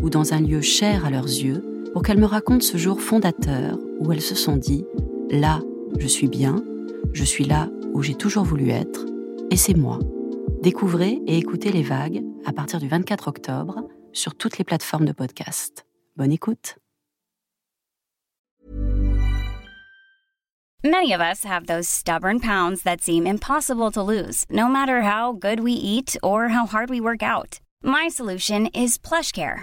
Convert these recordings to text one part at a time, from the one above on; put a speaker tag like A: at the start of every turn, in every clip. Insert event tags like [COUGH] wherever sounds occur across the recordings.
A: ou dans un lieu cher à leurs yeux pour qu'elles me racontent ce jour fondateur où elles se sont dit ⁇ Là, je suis bien, je suis là où j'ai toujours voulu être, et c'est moi ⁇ Découvrez et écoutez les vagues à partir du 24 octobre sur toutes les plateformes de podcast. Bonne écoute
B: Many of us have those stubborn pounds that seem impossible to lose, no matter how good we eat or how hard we work out. My solution is PlushCare.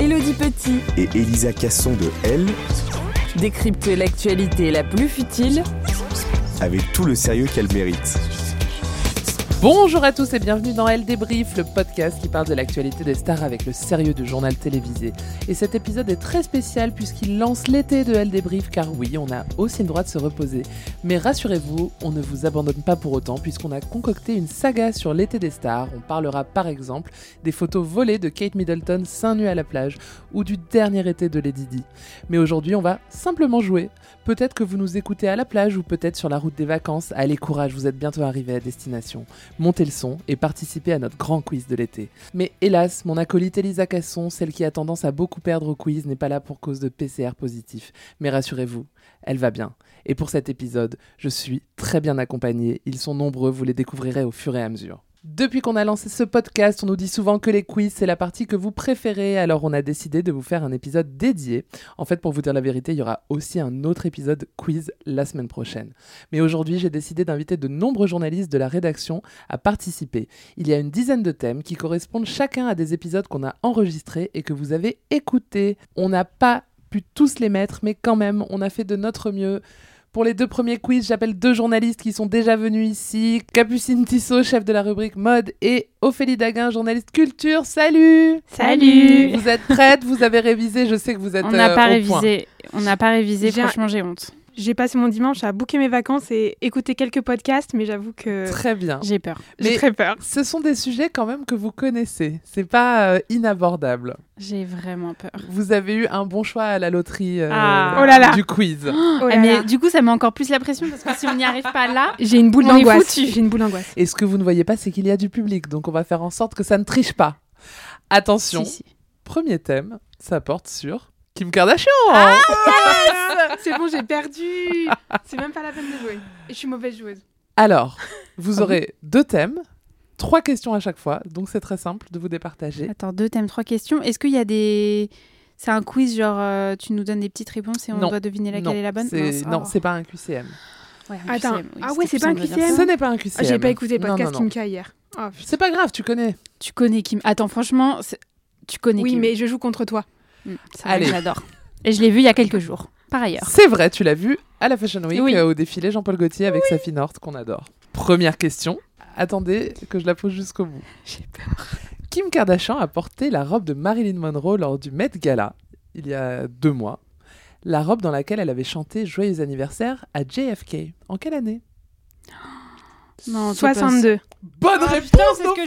C: Élodie Petit
D: et Elisa Casson de Elle
C: décryptent l'actualité la plus futile
D: avec tout le sérieux qu'elle mérite.
E: Bonjour à tous et bienvenue dans Elle Débrief, le podcast qui parle de l'actualité des stars avec le sérieux du journal télévisé. Et cet épisode est très spécial puisqu'il lance l'été de Elle Débrief, car oui, on a aussi le droit de se reposer. Mais rassurez-vous, on ne vous abandonne pas pour autant puisqu'on a concocté une saga sur l'été des stars. On parlera par exemple des photos volées de Kate Middleton seins nus à la plage ou du dernier été de Lady Di. Mais aujourd'hui, on va simplement jouer. Peut-être que vous nous écoutez à la plage ou peut-être sur la route des vacances. Allez, courage, vous êtes bientôt arrivés à destination monter le son et participer à notre grand quiz de l'été. Mais hélas, mon acolyte Elisa Casson, celle qui a tendance à beaucoup perdre au quiz, n'est pas là pour cause de PCR positif. Mais rassurez-vous, elle va bien. Et pour cet épisode, je suis très bien accompagnée. Ils sont nombreux, vous les découvrirez au fur et à mesure. Depuis qu'on a lancé ce podcast, on nous dit souvent que les quiz, c'est la partie que vous préférez, alors on a décidé de vous faire un épisode dédié. En fait, pour vous dire la vérité, il y aura aussi un autre épisode quiz la semaine prochaine. Mais aujourd'hui, j'ai décidé d'inviter de nombreux journalistes de la rédaction à participer. Il y a une dizaine de thèmes qui correspondent chacun à des épisodes qu'on a enregistrés et que vous avez écoutés. On n'a pas pu tous les mettre, mais quand même, on a fait de notre mieux. Pour les deux premiers quiz, j'appelle deux journalistes qui sont déjà venus ici. Capucine Tissot, chef de la rubrique mode, et Ophélie Daguin, journaliste culture. Salut
F: Salut
E: Vous êtes prêtes Vous avez révisé Je sais que vous êtes
F: On n'a
E: euh,
F: pas
E: au
F: révisé. On n'a pas révisé.
G: J'ai-
F: Franchement, j'ai honte.
G: J'ai passé mon dimanche à bouquer mes vacances et écouter quelques podcasts, mais j'avoue que
E: point. Très bien.
F: J'ai peur.
E: Mais-
G: j'ai très peur.
E: Ce sont des sujets quand même que vous connaissez. C'est pas euh, inabordable.
F: J'ai vraiment peur.
E: Vous avez eu un bon choix à la loterie euh,
F: Ah.
G: Oh là là.
E: du quiz.
G: Oh là
F: Ah, mais
G: là.
F: du coup, ça met encore plus la pression parce que si on n'y arrive pas là,
G: J'ai une boule
F: on est
G: d'angoisse.
F: foutus.
G: J'ai une boule d'angoisse.
E: Et ce que vous ne voyez pas, c'est qu'il y a du public. Donc on va faire en sorte que ça ne triche pas. Attention,
F: si, si.
E: premier thème, ça porte sur Kim Kardashian.
F: Ah.
G: Ah, C'est bon, j'ai perdu. C'est même pas la peine de jouer. Et Je suis mauvaise joueuse.
E: Alors,
F: Ah
E: vous aurez deux thèmes, trois questions à chaque fois, donc c'est très simple de vous départager.
F: Attends, deux thèmes, trois questions. Est-ce qu'il y a des. C'est un quiz, genre euh, tu nous donnes des petites réponses et on
E: Non.
F: doit deviner laquelle
E: non,
F: est la bonne
E: c'est-
F: ça
E: Non,
F: va.
E: c'est pas un QCM.
F: Ouais, un
G: Attends.
F: QCM, oui,
G: Ah
F: c'était
G: ouais, c'est
F: plus
G: pas un
F: simple de
G: QCM.
F: dire
E: Ce
F: ça.
E: n'est pas un QCM.
G: Ah, j'ai pas écouté le
E: Non, non,
G: podcast
E: non.
G: Kimka hier. Oh, putain.
E: C'est pas grave, tu connais.
F: Tu connais Kim. Attends, franchement, c'est- tu connais
G: oui,
F: Kim.
G: mais je joue contre toi.
F: Mm, c'est vrai
E: Allez.
F: que J'adore. Et je l'ai vu il y a quelques jours, par ailleurs.
E: C'est vrai, tu l'as vu à la Fashion Week,
F: Oui.
E: euh, au défilé Jean-Paul Gaultier avec Safi North, qu'on adore. Première question. Attendez que je la pose jusqu'au bout.
F: J'ai
E: Kim Kardashian a porté la robe de Marilyn Monroe lors du Met Gala, il y a deux mois. La robe dans laquelle elle avait chanté Joyeux anniversaire à JFK. En quelle année
F: Non,
G: 62.
E: Bonne réponse
F: Ah, Oh, c'est ce que
E: Ophélie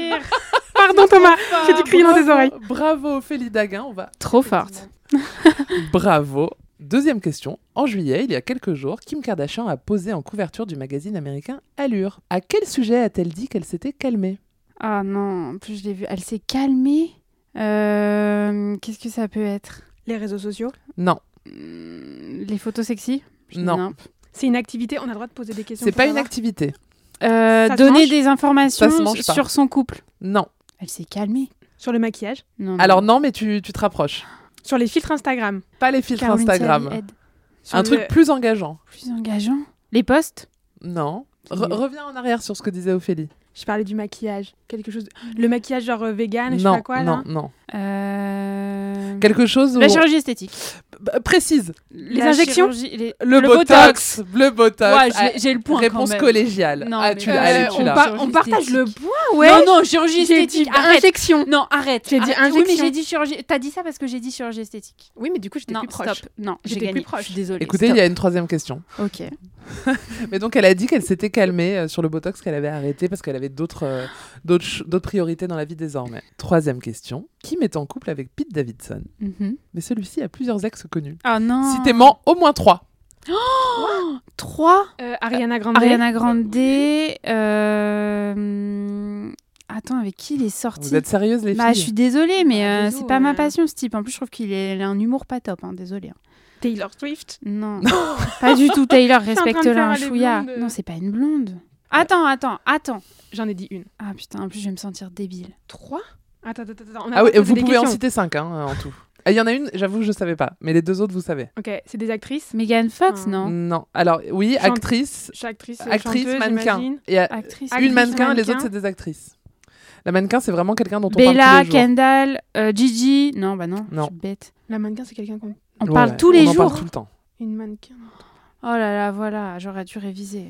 F: j'allais dire.
G: [LAUGHS] Pardon Thomas, j'ai dû crier dans tes
E: Bravo,
G: oreilles.
E: Bravo Ophélie Daguin, on va
F: Trop forte.
E: Bravo. Deuxième question. En juillet, il y a quelques jours, Kim Kardashian a posé en couverture du magazine américain Allure. À quel sujet a-t-elle dit qu'elle s'était calmée
F: Ah non, en plus je l'ai vu. Elle s'est calmée. Euh, Qu'est-ce que ça peut être
G: Les réseaux sociaux.
E: Non,
F: Hum, Les photos sexy
E: Non.
G: C'est une activité, on a le droit de poser des questions.
E: c'est
G: pour
E: pas une
G: savoir.
E: activité.
F: Euh,
G: Ça se
F: donner
G: mange
F: des
E: Ça se
F: informations
E: mange pas.
F: sur son couple.
E: Non.
F: Elle s'est calmée.
G: Sur le maquillage.
F: Non,
H: Mm.
F: non.
E: Alors non, mais tu, tu te rapproches.
G: Sur les filtres Instagram.
E: Pas les filtres
F: Caroline Thierry
E: Instagram.
F: aide.
G: Sur
E: Un
G: le-
E: truc plus engageant.
F: Plus engageant. Les posts
E: Non. Re- reviens en arrière sur ce que disait Ophélie.
G: Je parlais du maquillage. Quelque chose. Le maquillage genre euh,
I: Ah,
G: vegan, je sais
E: non,
G: pas quoi
E: non,
G: là.
E: non.
F: Euh,
E: Quelque chose où
F: La
E: on-
F: chirurgie esthétique.
E: Bah, précise.
F: Les
G: La
F: injections
E: Le, botox. Le botox. Ah,
F: Ouais, j'ai- j'ai le point. quand
E: Réponse
F: même.
E: collégiale.
F: Non,
E: ah,
F: mais-
E: tu l'as. allez,
F: Euh,
E: tu
G: on,
E: l'as.
F: part-
G: par- on partage le point, ouais.
F: Non, non, chirurgie
G: J'ai
F: esthétique.
G: dit
F: Arrête.
G: injection.
F: Non, arrête.
G: J'ai dit
F: Arrête. Ah, Oui, mais
G: injection.
F: j'ai dit chirurgie. T'as dit ça parce que j'ai dit chirurgie esthétique.
G: Oui, mais du coup, j'étais
F: Non,
G: plus proche.
F: stop. Non, j'ai
G: J'étais plus
F: gagné.
G: proche.
F: Je suis désolée.
E: Écoutez, il y a une troisième question.
F: stop. Ok.
E: Mais donc, elle a dit qu'elle s'était calmée euh, sur le botox qu'elle avait arrêté parce qu'elle avait d'autres euh, d'autres ch- d'autres priorités dans la vie désormais. Troisième question. Qui met en couple avec Pete Davidson
F: Mhm.
E: Mais celui-ci a plusieurs ex connus.
F: Ah non.
E: Citément au moins trois.
F: 3
G: Euh, Ariana Grande.
F: Ariana Grande. euh, Attends, avec qui il est sorti
E: Vous êtes sérieuses, les
F: Bah, je suis
E: filles
F: désolée, mais
G: Ah,
F: euh,
G: désolée,
F: c'est pas ma
G: ouais.
F: passion ce type. En plus, je trouve qu'il est- il a un humour pas top. Hein, désolée. hein.
G: Taylor Swift.
F: Non, [LAUGHS] pas du tout. [LAUGHS] Taylor,
G: en train de
F: respecte-le
G: faire
F: un
G: les
F: chouïa.
G: blondes.
F: Non, c'est pas une blonde. Attends, attends, attends.
G: J'en ai dit une.
F: Ah putain, en plus, je vais me sentir débile.
G: Trois Attends, attends, attends. on a
E: Ah oui,
G: pas posé
E: vous
G: des
E: pouvez en
G: questions.
E: citer cinq hein, en tout. Ah, Il y en a une, j'avoue, je savais pas. Mais les deux autres, vous savez.
G: Ok, c'est des actrices.
F: Megan Fox,
G: Ah.
F: non
E: Non. Alors, oui,
G: Chante-
E: actrice,
G: Chaque actrice, euh,
E: actrice,
G: chanteuse,
E: mannequin.
G: j'imagine.
E: Et euh,
F: Actrice.
E: une
G: Actrice,
E: mannequin, les
G: mannequin.
E: autres, c'est des actrices. La mannequin, c'est vraiment quelqu'un dont on
F: Bella,
E: parle tous les jours.
F: Kendall, euh, Gigi. Non, bah non,
E: Non.
F: je suis bête.
G: La mannequin, c'est quelqu'un qu'on...
F: On
E: Ouais,
F: parle
E: ouais,
F: tous les
E: on en
F: jours.
E: parle tout le temps.
G: Une mannequin.
F: Oh là là, voilà, j'aurais dû réviser.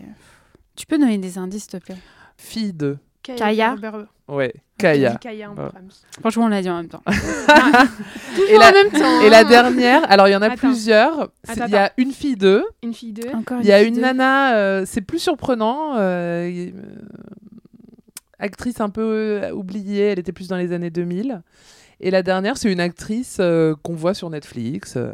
F: Tu peux donner des indices, s'il te plaît
E: Fille de.
F: Kaya.
G: Gerber.
E: Ouais, Kaya.
G: J'ai dit Kaya en
E: Bah.
G: prams.
F: Franchement, on l'a dit en même temps.
E: Et la,
G: même temps.
E: et la dernière, alors il y en a
G: Attends.
E: plusieurs. C'est-
G: Attends,
E: Il y a une fille d'eux,
G: Une fille d'eux.
F: Encore
E: il y a
F: fille
E: une
F: de-
E: nana, euh, c'est plus surprenant. euh, y- euh, actrice un peu euh, oubliée, elle était plus dans les années 2000. Et la dernière, c'est une actrice euh, qu'on voit sur Netflix. euh,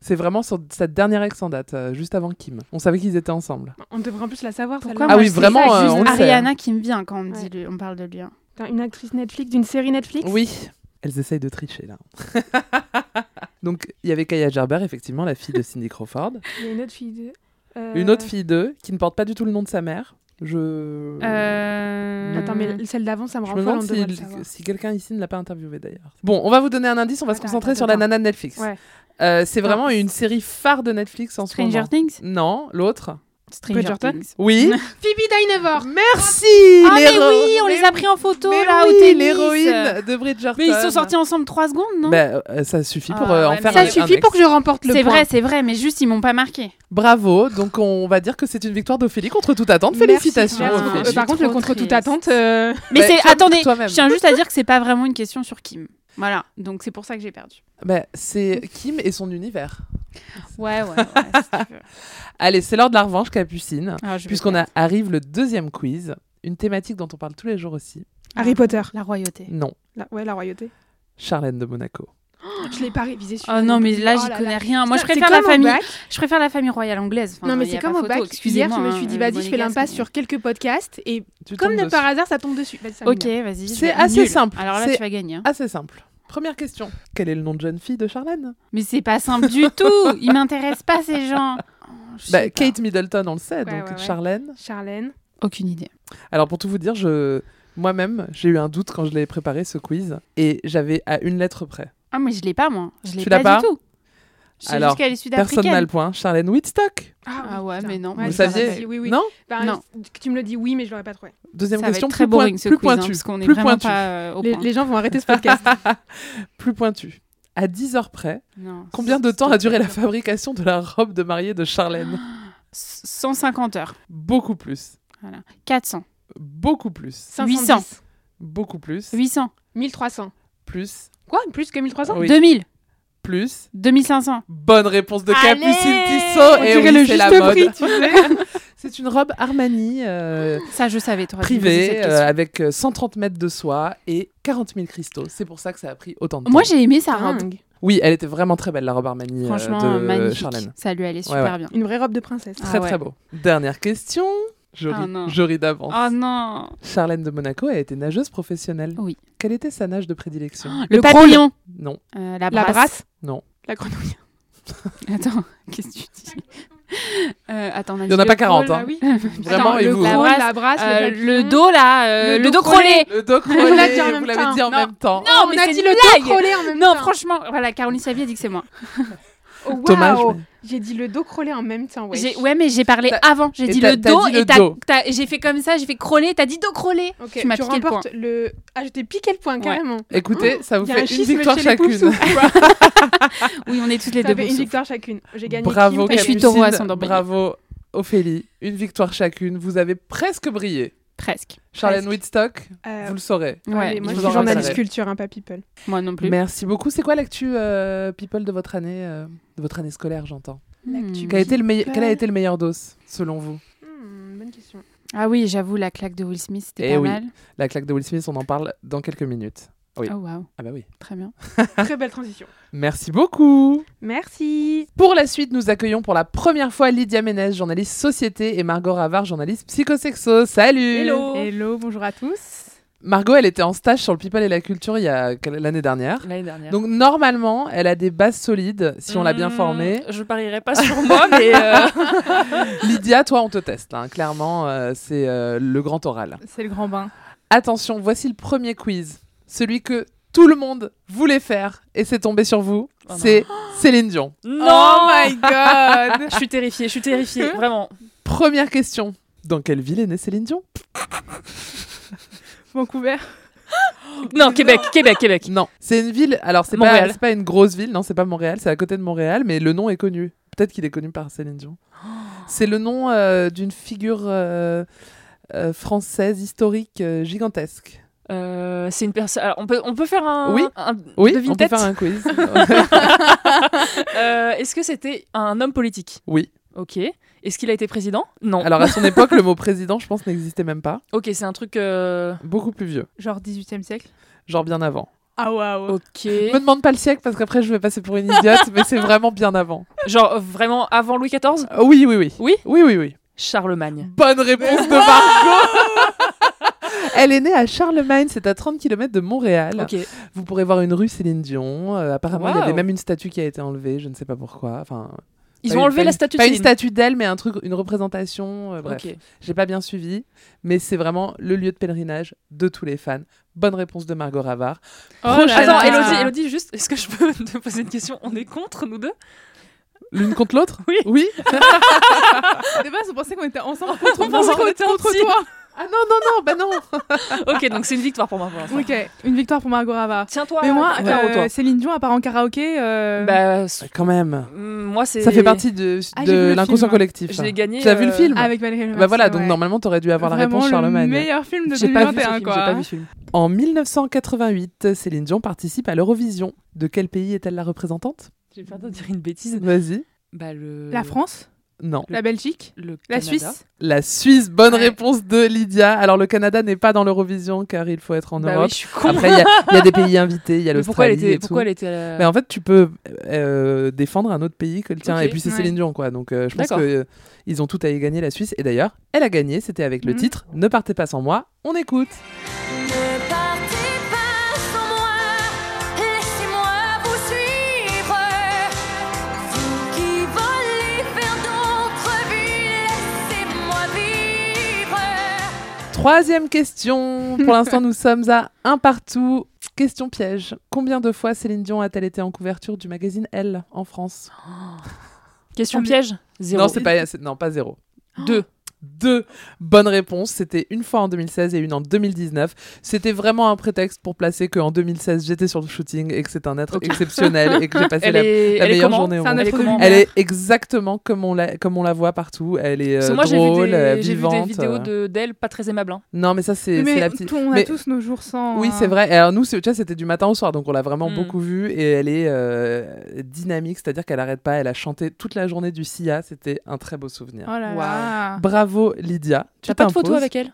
E: c'est vraiment son- sa dernière ex en date, euh, juste avant Kim. On savait qu'ils étaient ensemble.
G: On devrait en plus la savoir.
F: Pourquoi
G: celle-là.
E: Ah
F: moi,
E: oui,
F: je sais
E: vraiment,
F: ça,
E: euh,
F: juste
E: on le sait,
F: Ariana qui me vient quand on, me dit
G: Ouais.
F: lui- on parle de lui. hein.
G: Attends, Une actrice Netflix, d'une série Netflix.
E: Oui. Elles essayent de tricher, là. [LAUGHS] Donc, il y avait Kaya Gerber, effectivement, la fille de Cindy Crawford.
G: Il y a une autre fille d'eux. Euh,
E: Une autre fille d'eux qui ne porte pas du tout le nom de sa mère. Je,
F: Euh,
G: Attends, mais l- celle d'avant, ça me
E: je
G: rend
E: me
G: folle, on
E: demande
G: devrait
E: si,
G: le savoir.
E: si quelqu'un ici ne l'a pas interviewée d'ailleurs. Bon, on va vous donner un indice,
F: Ah,
E: on va se
F: bah,
G: Attends,
E: concentrer
G: attends,
E: sur la
G: attends.
E: nana de Netflix.
G: Ouais.
E: Euh, c'est
G: Non.
E: vraiment une série phare de Netflix en
F: Stranger
E: ce moment.
F: Things
E: Non, l'autre.
F: Stranger
G: Bridgerton
F: Things.
E: Oui.
G: Phoebe Dynevor
E: Merci
F: Ah mais
E: l'héro-
F: oui, on
E: mais
F: les a pris en photo
E: mais
F: là
E: oui,
F: au tennis.
E: l'héroïne de Bridgerton.
F: Mais ils sont sortis ensemble 3 secondes, non
E: Bah, euh, ça suffit pour
F: Ah
E: euh,
F: ouais,
E: en faire
F: mais-
E: un-
G: Ça
F: un
G: suffit
E: un
G: pour que
E: ex.
G: je remporte le
F: C'est
G: point.
F: vrai, c'est vrai, mais juste ils m'ont pas marqué.
E: Bravo, donc on va dire que c'est une victoire d'Ophélie contre toute attente.
G: Merci,
E: Félicitations
G: merci.
F: Ophélie.
G: Euh, Par contre, le
F: Trop
G: contre toute
F: triste.
G: attente. euh,
F: Mais
E: Bah,
F: c'est
E: toi-
F: attendez,
E: toi-même.
F: je tiens juste à dire que c'est pas vraiment une question sur Kim. Voilà, donc c'est pour ça que j'ai perdu.
E: Bah, c'est Kim et son univers.
F: Ouais, ouais, ouais. si tu veux.
E: Allez, c'est l'heure de la revanche, Capucine.
F: [LAUGHS] Ah, je vais
E: Puisqu'on a-
F: perdre.
E: arrive le deuxième quiz, une thématique dont on parle tous les jours aussi.
G: Harry Potter.
F: la royauté.
E: Non,
G: La- Ouais, la royauté.
E: Charlène de Monaco.
G: [GASPS] Je l'ai pas révisé
F: Oh non, mais là j'y connais rien. Moi je préfère la famille, je préfère la famille royale anglaise. Enfin,
G: non mais
F: y
G: c'est
F: a
G: comme
F: pas
G: au
F: photo,
G: bac. Hier,
F: excusez-moi,
G: je me
F: hein,
G: suis dit
F: le
G: vas-y, je fais
F: monégasque,
G: l'image
F: mais-
G: sur quelques podcasts et
E: Tu
G: comme
E: tombes
G: de
E: dessus.
G: par hasard, ça tombe dessus. Vas-y, ça
F: Ok,
G: m'énerve.
F: vas-y. je
E: C'est
F: vais-
E: assez
F: Nul.
E: simple,
F: Alors là
E: Ah, c'est-
F: tu vas gagner. hein.
E: Assez simple. Première question. Quel est le nom de jeune fille de Charlène Bah,
F: Mais c'est pas simple
E: [LAUGHS]
F: du tout. Ils m'intéressent pas ces gens. Oh, je
E: Bah,
F: sais pas.
E: Kate Middleton, on le sait,
G: Ouais,
E: donc
G: ouais, ouais.
E: Charlène.
G: Charlène.
F: Aucune idée.
E: Alors pour tout vous dire, je... moi-même, j'ai eu un doute quand je l'ai préparé ce quiz et j'avais à une lettre près.
F: Ah mais je l'ai pas moi. Je l'ai
E: Tu l'as
F: pas,
E: pas
F: du tout. Je sais
E: Alors,
F: juste qu'elle est
E: Personne n'a le
F: sud-africaine.
E: point. Charlène Whitstock.
F: Ah ouais, mais non,
E: vous
F: Ouais,
G: je
E: saviez
G: l'aurais dit, Oui, oui.
E: Non
G: Enfin,
F: Non.
G: que Tu me le dis oui, mais je l'aurais pas trouvé.
E: Deuxième
F: Ça va
E: question
F: être très
E: plus, point-
F: boring ce
E: plus
F: quiz hein,
E: pointue.
F: parce qu'on est
E: plus
F: vraiment
E: pointue.
F: pas euh, au
G: Les,
F: point.
G: les gens vont arrêter ce podcast.
F: [LAUGHS]
E: plus pointue. À 10 heures près,
F: Non.
E: combien de temps a duré la fabrication de la robe de mariée de Charlène
F: 150 heures.
E: Beaucoup plus.
F: Voilà. 400.
E: Beaucoup plus.
G: 510.
F: 800.
E: Beaucoup plus.
F: 800.
G: 1300.
E: Plus.
G: Quoi Plus que 1300
E: Oui.
F: 2000.
E: Plus.
F: 2500.
E: Bonne réponse de
F: Allez
E: Capucine Tissot.
G: On
E: Et
G: dirait
E: Eh oui,
G: le
E: c'est la
G: juste
E: mode.
G: prix, tu sais.
E: [LAUGHS] C'est une robe Armani euh,
F: Ça Ah, je savais toi.
E: privée euh, avec euh, 130 mètres de soie et 40 000 cristaux. C'est pour ça que ça a pris autant de temps.
F: Moi j'ai aimé sa robe.
G: Dingue.
E: Oui, elle était vraiment très belle, la robe Armani euh,
F: Franchement,
E: de
F: magnifique.
E: Charlène.
F: Ça lui allait
E: Ouais,
F: super
E: ouais.
F: bien.
I: Une vraie robe de princesse.
F: Ah
E: Très
F: ouais.
E: très beau. Dernière question. Je
F: Ah
E: ris,
F: non.
E: je ris d'avance.
F: Oh non
E: Charlène de Monaco a été nageuse professionnelle.
F: Oui.
E: Quelle était sa nage de prédilection
F: Le,
I: crawl.
F: papillon
E: Non.
F: Euh,
I: La
F: La brasse.
I: brasse
E: Non.
I: La grenouille.
F: [LAUGHS] Attends, qu'est-ce que tu dis Euh, Attends, on a
E: Il y en a
F: dit
E: pas
F: le
E: 40.
F: crawl,
E: hein.
F: là, oui.
E: Vraiment,
I: Attends,
E: et
I: le
E: vous
F: crawl,
I: crawl,
F: la
I: la brasse,
F: Euh,
I: le,
F: le dos là,
I: Le
F: euh, le,
I: dos
F: dos
I: crôlé.
F: crôlé.
E: Le dos
I: Eh, On l'a dit en
E: crôlé, vous
I: même
E: l'avez
I: temps.
E: dit en
F: Non.
E: même temps.
F: Non,
I: on
F: mais
I: a
F: c'est
I: dit
F: une
I: le dos
F: blague.
I: crôlé en même
F: Non,
I: temps.
F: franchement, voilà, Caroline Savie a dit que c'est moi.
I: Oh, waouh.
E: Dommage. mais-
I: J'ai dit le dos crôlé en même temps. Ouais.
F: J'ai- Ouais, mais j'ai parlé
E: T'as-
F: avant. J'ai
E: et
F: dit
E: t'as-
F: le
E: t'as
F: dos
E: dit le
F: et t'as-
E: dos.
F: t'as- j'ai fait comme ça, j'ai fait crawler, t'as dit dos crôlé.
I: Ok,
F: tu m'as piqué le point.
I: remportes le. Ah, je t'ai piqué le point
F: Ouais.
I: carrément.
E: Écoutez, ça vous
I: Il y a
E: fait
I: un
E: une
I: schisme
E: victoire
I: chez les
E: chacune.
I: Poufsous.
E: [LAUGHS]
F: Oui, on est toutes les
I: Ça
F: deux.
I: fait une
F: bons
I: victoire chacune. J'ai gagné.
E: Bravo
F: Kim, je suis
E: Capucine,
F: taureau ascendant bélier.
E: bravo Ophélie, une victoire chacune, vous avez presque brillé.
F: souffles. Presque.
E: Charlène Whitstock,
I: Euh,
E: vous le saurez.
F: Ouais,
I: allez, moi, je
E: je vous
I: suis
E: en
I: journaliste
E: remercie.
I: culture, hein, pas people.
F: Moi non plus.
E: Merci beaucoup. C'est quoi l'actu euh, people de votre année euh, de votre année scolaire, j'entends.
F: Hmm.
E: Quel a été le meille-
I: People.
E: quelle a été le meilleur dos selon vous
I: Hmm,
H: [LAUGHS]
I: bonne question.
F: Ah oui, j'avoue, la claque de Will Smith, c'était
E: Eh
F: pas
E: oui.
F: mal.
E: La claque de Will Smith, on en parle dans quelques minutes. Oui.
F: Oh waouh,
E: Ah bah oui.
F: très bien.
I: Très belle transition.
E: Merci beaucoup.
I: Merci.
E: Pour la suite, nous accueillons pour la première fois Lydia Ménès, journaliste société, et Margot Ravard, journaliste psychosexo. Salut
H: Hello, bonjour à tous.
E: Margot, elle était en stage sur le People et la culture il y a quelle- l'année dernière.
H: L'année dernière.
E: Donc normalement, elle a des bases solides si on l'a bien
H: Hmm,
E: formée.
H: Je parierai pas sur moi, mais
E: [LAUGHS]
H: euh,
E: Lydia, toi, on te teste. là, hein. Clairement, euh, c'est euh, le grand oral.
H: c'est le grand bain.
E: Attention, voici le premier quiz. Celui que tout le monde voulait faire et c'est tombé sur vous.
H: Oh non.
E: c'est Céline Dion.
H: Non,
E: Oh my God
H: [LAUGHS] je suis terrifiée, je suis
E: [LAUGHS]
H: terrifiée, vraiment.
E: Première question. Dans quelle ville est née Céline Dion
H: Vancouver. Non, Québec, Québec,
E: [LAUGHS]
H: Québec.
E: Non, c'est une ville. Alors c'est pas,
H: Montréal.
E: c'est pas une grosse ville, non, c'est pas Montréal, c'est à côté de Montréal, mais le nom est connu. Peut-être qu'il est connu par Céline [GASPS] Dion. C'est le nom euh, d'une figure euh, euh, française historique euh, gigantesque.
H: Euh, c'est une personne. Alors, on peut, on peut faire un.
E: Oui.
H: un-
E: Oui,
H: devine
E: on peut
H: tête.
E: faire un quiz. [LAUGHS]
H: Euh, Est-ce que c'était un homme politique
E: oui.
H: Ok. Est-ce qu'il a été président Non.
E: Alors à son époque, le mot président, je pense, n'existait même pas.
H: Ok, c'est un truc. euh,
E: Beaucoup plus vieux,
H: Genre 18e siècle
E: genre bien avant.
H: Ah, waouh.
E: [LAUGHS]
H: Ok.
E: Me demande pas le siècle parce qu'après je vais passer pour une idiote, mais c'est vraiment bien avant.
H: Genre euh, vraiment avant Louis XIV
E: Euh, Oui, oui, oui.
H: Oui
E: Oui, oui, oui.
H: Charlemagne.
E: Bonne réponse de Margot [LAUGHS] Elle est née à Charlemagne, c'est à 30 km de Montréal.
H: Ok.
E: Vous pourrez voir une rue Céline Dion. Euh, apparemment, il y avait
H: Wow.
E: même une statue qui a été enlevée, je ne sais pas pourquoi. Enfin,
H: Ils
E: pas
H: ont
E: une-
H: enlevé
E: pas
H: la
E: une-
H: statue de
E: Pas une
H: Céline.
E: statue d'elle, mais un truc, une représentation. euh, bref,
H: Ok.
E: j'ai pas bien suivi, mais c'est vraiment le lieu de pèlerinage de tous les fans. Bonne réponse de Margot Ravard.
J: Oh
E: Prochaine
H: Attends,
E: question.
H: Elodie, Elodie, juste, est-ce que je peux [LAUGHS] te poser une question On est contre, nous deux
E: L'une
H: [LAUGHS]
E: contre l'autre
H: Oui.
E: Oui. [LAUGHS]
H: De base, on pensait qu'on était ensemble contre On pensait qu'on était contre toi
E: Ah non, non, non, bah non.
H: Ok, donc c'est une victoire pour moi pour l'instant.
J: [LAUGHS] Ok, une victoire pour Margot Rava.
H: Tiens-toi
J: Mais moi,
H: Caro,
J: euh,
H: toi.
J: Céline Dion, à part en karaoké, euh,
H: Bah, s-
E: Quand même.
H: mm, moi, c'est...
E: Ça fait partie de,
J: Ah, j'ai vu
E: de
J: le
E: l'inconscient
H: hein.
J: film.
E: collectif.
H: Je l'ai gagné...
E: Tu as vu le
H: euh,
E: film
J: avec Valérie Lemercier,
E: Bah voilà, donc
J: ouais.
E: normalement, t'aurais dû avoir la
J: Vraiment
E: réponse, Charlemagne.
J: le meilleur film de
E: J'ai pas vu ce
J: 2021,
E: film,
J: quoi.
H: J'ai pas vu ce film.
E: En 1988, Céline Dion participe à l'Eurovision. De quel pays est-elle la représentante
H: J'ai peur de dire une bêtise.
E: Vas-y.
H: Bah, le...
J: La France,
E: Non.
J: la Belgique,
H: Le
J: la
H: Canada.
J: Suisse.
E: La Suisse, bonne
J: Ouais.
E: réponse de Lydia. Alors le Canada n'est pas dans l'Eurovision car il faut être en
H: Bah oui,
E: Europe.
H: je suis con.
E: Après,
H: [LAUGHS]
E: il y, a- il y a des pays invités, il y a
H: Mais pourquoi elle
E: l'Australie
H: était...
E: et tout.
H: Pourquoi elle était... euh,
E: Mais en fait, tu peux euh, défendre un autre pays que le tien.
H: Ok.
E: Et puis c'est Céline Dion, quoi. Donc euh, je pense
H: D'accord.
E: qu'ils ont tout à y gagner, la Suisse. Et d'ailleurs, elle a gagné. C'était avec
H: Mmh.
E: le titre Ne partez pas sans moi. On écoute.
K: Ne partez pas sans moi, laissez-moi vous suivre. Vous qui volez vers d'autres villes, laissez-moi vivre.
E: Troisième question. Pour l'instant, nous sommes à un partout. Question piège. Combien de fois Céline Dion a-t-elle été en couverture du magazine Elle en France
H: Question piège Zéro.
E: Non, c'est pas, c'est- non, pas zéro.
H: Deux.
E: Deux bonnes réponses. C'était une fois en 2016 et une en 2019. C'était vraiment un prétexte pour placer que en 2016 j'étais sur le shooting et que c'est un être
H: Ok.
E: exceptionnel et que j'ai passé
H: Hein Elle
E: la.
H: est...
E: la
H: Elle est
E: meilleure
H: comment
E: journée au
H: C'est un
E: monde.
H: être
J: Elle est
H: humain.
E: Elle est exactement comme on la, comme on la voit partout. Elle est
H: Parce
E: euh,
H: que moi, j'ai vu,
E: drôle, euh,
H: des, j'ai vu
E: vivante.
H: des vidéos
E: euh.
H: de- d'elle pas très aimables. hein.
E: Non, mais ça c'est c'est
J: mais
E: la petite.
J: tout- on a
E: mais-
J: tous nos jours sans.
E: Oui,
J: hein.
E: c'est vrai. Et Alors nous, c'est- tu vois, c'était du matin au soir, donc on l'a vraiment
H: Mm.
E: beaucoup vue et elle est euh, dynamique, c'est-à-dire qu'elle arrête pas. Elle a chanté toute la journée du SIA. C'était un très beau souvenir.
J: Oh là là.
E: Bravo Lydia. Tu
H: Ah. T'as pas de photo
E: t'imposes.
H: avec elle